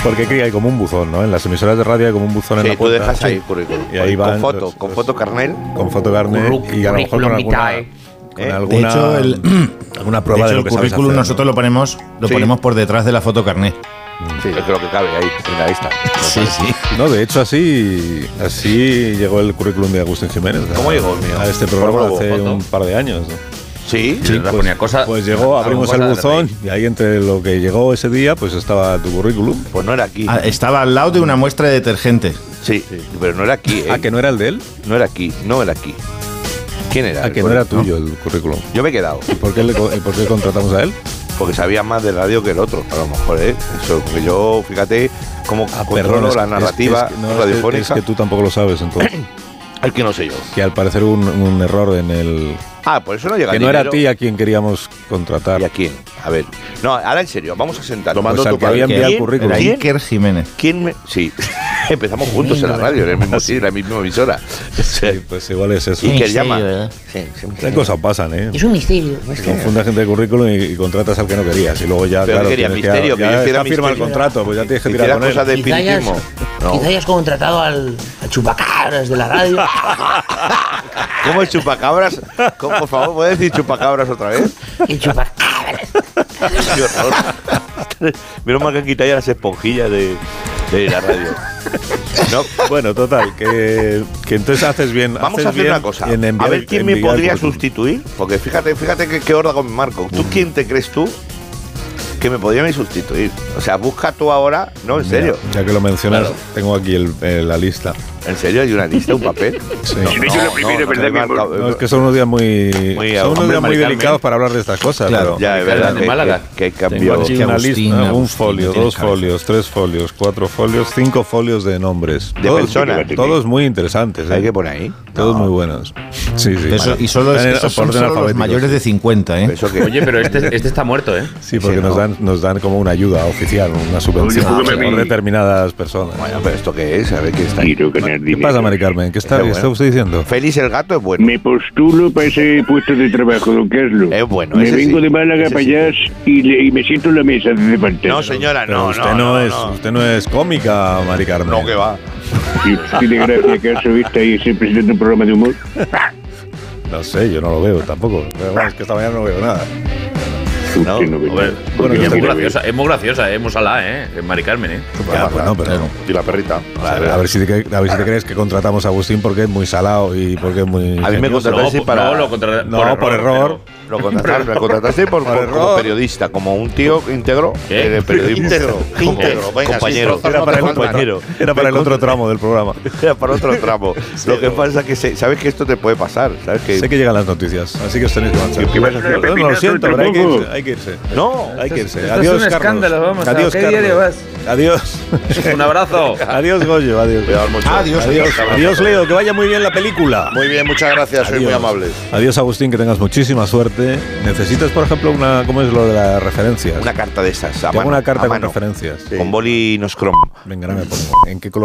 Speaker 1: Porque aquí hay como un buzón, ¿no? En las emisoras de radio hay como un buzón en
Speaker 2: Sí,
Speaker 1: la
Speaker 2: tú
Speaker 1: puerta.
Speaker 2: dejas ahí el currículum.
Speaker 1: Y ahí
Speaker 2: Con-
Speaker 1: van
Speaker 2: con foto,
Speaker 1: los-
Speaker 2: con foto carnel.
Speaker 1: Con foto carnet y a lo mejor con
Speaker 5: Currículum
Speaker 1: alguna,
Speaker 5: vitae.
Speaker 1: con
Speaker 5: Eh,
Speaker 1: alguna,
Speaker 5: de hecho, el-
Speaker 1: alguna prueba de,
Speaker 5: de hecho,
Speaker 1: lo que
Speaker 5: el
Speaker 1: sabes
Speaker 5: currículum
Speaker 1: hacer, ¿no?
Speaker 5: nosotros lo ponemos lo
Speaker 1: Sí.
Speaker 5: ponemos por detrás de la foto carnet.
Speaker 2: Sí, yo creo que cabe ahí. Mira, ahí está.
Speaker 5: Sí, sí.
Speaker 1: No, de hecho, así, así llegó el currículum de Agustín Jiménez.
Speaker 2: ¿Cómo
Speaker 1: a-
Speaker 2: llegó el mío?
Speaker 1: A este
Speaker 2: ¿Por
Speaker 1: programa
Speaker 2: globo,
Speaker 1: hace
Speaker 2: foto?
Speaker 1: un par de años. ¿no?
Speaker 2: Sí,
Speaker 1: pues, pues llegó, abrimos el buzón y ahí entre lo que llegó ese día, pues estaba tu currículum.
Speaker 2: Pues no era aquí.
Speaker 5: Ah, estaba al lado de una muestra de detergente.
Speaker 2: Sí, pero no era aquí.
Speaker 1: Ah, que no era el de él.
Speaker 2: No era aquí, no era aquí. ¿Quién era?
Speaker 1: Ah, que no era tuyo el currículum.
Speaker 2: Yo me he quedado.
Speaker 1: ¿Y por qué, le, co- y por qué contratamos a él?
Speaker 2: Porque sabía más de radio que el otro, a lo mejor, ¿eh? Eso, porque yo, fíjate, cómo controlo
Speaker 1: Ah, Perdón, es-
Speaker 2: la
Speaker 1: es-
Speaker 2: narrativa
Speaker 1: es que- no, es que-
Speaker 2: radiofónica.
Speaker 1: Es que tú tampoco lo sabes, entonces.
Speaker 2: El que no sé yo.
Speaker 1: Que al parecer hubo un, un error en el.
Speaker 2: Ah, por eso no llega
Speaker 1: Que no era a
Speaker 2: dinero.
Speaker 1: ti a quien queríamos contratar. ¿Y a
Speaker 2: quién? A ver. No, ahora en serio, vamos a sentar. Lo
Speaker 1: mandó Pues al tu que padre. había enviado el currículum.
Speaker 5: Iker Jiménez.
Speaker 2: ¿Quién me.? Sí. Empezamos juntos en la radio, en el mismo sitio, en la misma emisora.
Speaker 1: pues igual es eso.
Speaker 2: Iker
Speaker 1: Sí,
Speaker 2: llama.
Speaker 1: ¿verdad?
Speaker 2: Sí, sí,
Speaker 1: Estas cosas pasan, ¿eh?
Speaker 21: Es un misterio.
Speaker 1: Se Confunde a gente de currículum y, y contratas al que no querías. Y luego ya,
Speaker 2: Pero
Speaker 1: claro,
Speaker 2: quería
Speaker 1: tienes
Speaker 2: misterio, que
Speaker 1: ya,
Speaker 2: yo
Speaker 1: ya
Speaker 2: hiciera
Speaker 1: está firma el
Speaker 2: misterio.
Speaker 1: contrato, pues ya tienes que
Speaker 2: Hiciera
Speaker 1: tirar con él.
Speaker 2: cosas de
Speaker 21: Quizá hayas, quizá hayas contratado al, al chupacabras de la radio.
Speaker 2: ¿Cómo es chupacabras? ¿Cómo, por favor, ¿puedes decir chupacabras otra vez?
Speaker 21: El chupacabras.
Speaker 2: Qué horror. Menos mal que han quitado ya las esponjillas de, de la radio.
Speaker 1: Bueno, total, que, que entonces haces bien.
Speaker 2: Vamos
Speaker 1: haces
Speaker 2: a hacer
Speaker 1: bien
Speaker 2: una cosa.
Speaker 1: en enviar-
Speaker 2: a ver quién me
Speaker 1: enviar
Speaker 2: podría
Speaker 1: currículum.
Speaker 2: sustituir. Porque fíjate, fíjate que, qué horda con Marco.
Speaker 1: Mm.
Speaker 2: ¿Tú quién te crees tú que me podría a mí sustituir? O sea, busca tú ahora. No, en
Speaker 1: Mira,
Speaker 2: serio.
Speaker 1: ya que lo mencionas,
Speaker 2: Claro.
Speaker 1: tengo aquí el- eh, la lista.
Speaker 2: ¿En serio hay una lista, un papel?
Speaker 1: Sí.
Speaker 2: No, no, no, no te he marcado.
Speaker 1: No, es que son unos días muy,
Speaker 2: Muy- hombre,
Speaker 1: son unos días muy
Speaker 2: Maricarmen.
Speaker 1: delicados para hablar de estas cosas.
Speaker 2: Claro,
Speaker 1: pero-
Speaker 2: ya, es verdad. que- Que, que cambió.
Speaker 1: Tengo aquí una lista, un folio, dos folios, tres folios, cuatro folios, cinco folios de nombres.
Speaker 2: De personas.
Speaker 1: Todos muy interesantes. ¿Hay que
Speaker 2: poner ahí?
Speaker 1: Todos muy buenos. Sí, sí.
Speaker 5: Eso-
Speaker 1: Vale.
Speaker 5: y solo es-
Speaker 1: Están en-
Speaker 5: esos son
Speaker 1: por orden
Speaker 5: solo los
Speaker 1: alfabético.
Speaker 5: mayores de 50, ¿eh?
Speaker 16: Oye, pero este, este está muerto, ¿eh?
Speaker 1: Sí, pues porque nos, dan, nos dan como una ayuda oficial, una subvención
Speaker 16: Oye, porque
Speaker 1: por
Speaker 16: me vi-
Speaker 1: determinadas personas.
Speaker 2: Bueno, pero ¿esto qué es? A ver qué está. Quiero ganar
Speaker 1: ¿Qué pasa, Mari Carmen? ¿Qué está,
Speaker 2: Está
Speaker 1: qué está
Speaker 2: bueno.
Speaker 1: usted diciendo?
Speaker 2: Feliz el gato es bueno.
Speaker 7: Me postulo para ese puesto de trabajo, don Carlos.
Speaker 2: Es bueno.
Speaker 7: Me
Speaker 2: ese
Speaker 7: vengo
Speaker 2: sí,
Speaker 7: de Málaga
Speaker 2: ese
Speaker 7: para
Speaker 2: sí.
Speaker 7: allá y, le- y me siento en la mesa de parte.
Speaker 2: No, señora,
Speaker 1: Pero
Speaker 2: no,
Speaker 1: usted
Speaker 2: no, no,
Speaker 1: es,
Speaker 2: no.
Speaker 1: usted no es cómica, Mari Carmen. No,
Speaker 2: que va.
Speaker 7: Y tiene gracia que has visto ahí siempre presentando un programa de humor.
Speaker 1: No sé, yo no lo veo tampoco. Pero bueno, es que esta mañana no veo nada.
Speaker 7: No,
Speaker 16: Hombre,
Speaker 1: Bueno,
Speaker 16: es,
Speaker 1: yo
Speaker 16: muy
Speaker 1: también.
Speaker 16: graciosa, es muy graciosa, es muy salada, ¿eh? Es Mari Carmen, ¿eh?
Speaker 1: Ya, bueno, pero-
Speaker 2: Y la perrita.
Speaker 1: A ver, a ver si te, cre- a ver si te crees que contratamos a Agustín porque es muy salado y porque es muy.
Speaker 2: A mí me
Speaker 1: ingenioso.
Speaker 2: contrataste
Speaker 16: pues
Speaker 1: No,
Speaker 2: para.
Speaker 1: No,
Speaker 2: No,
Speaker 1: por, error.
Speaker 2: Lo contrataste, lo contrataste por, por- como
Speaker 1: error.
Speaker 2: periodista, como un tío íntegro. en el periodismo.
Speaker 1: Íntegro,
Speaker 2: Como-
Speaker 1: íntegro, venga,
Speaker 2: compañero.
Speaker 1: sin trozos no te faltan. Era para el otro tramo del programa.
Speaker 2: Era para otro tramo. Lo que pasa es que se- sabes que esto te puede pasar. ¿sabes? Que,
Speaker 1: Sé que llegan las noticias, así que os tenéis que marchar.
Speaker 2: ¿Qué vas a hacer?
Speaker 1: No, no, lo siento, pero hay que irse. Hay que irse.
Speaker 2: No,
Speaker 1: hay que irse.
Speaker 2: esto es
Speaker 1: adiós,
Speaker 2: un
Speaker 1: Carlos.
Speaker 2: escándalo, vamos, ¿a
Speaker 1: Adiós,
Speaker 2: qué diario
Speaker 1: Carlos. Adiós.
Speaker 16: Un abrazo.
Speaker 1: adiós, Goyo. Adiós.
Speaker 2: Adiós,
Speaker 1: adiós.
Speaker 2: Carlos.
Speaker 1: Adiós, Leo. Que vaya muy bien la película.
Speaker 3: Muy bien, muchas gracias, soy muy
Speaker 1: Adiós.
Speaker 3: amable.
Speaker 1: Adiós, Agustín, que tengas muchísima suerte. Necesitas, por ejemplo, una. ¿Cómo es lo de las referencias?
Speaker 2: Una carta de esas. a
Speaker 1: Te hago
Speaker 2: mano,
Speaker 1: una carta
Speaker 2: a
Speaker 1: con
Speaker 2: mano.
Speaker 1: referencias.
Speaker 2: Con boli y nos crom.
Speaker 1: Venga, ahora me pongo. ¿En qué color?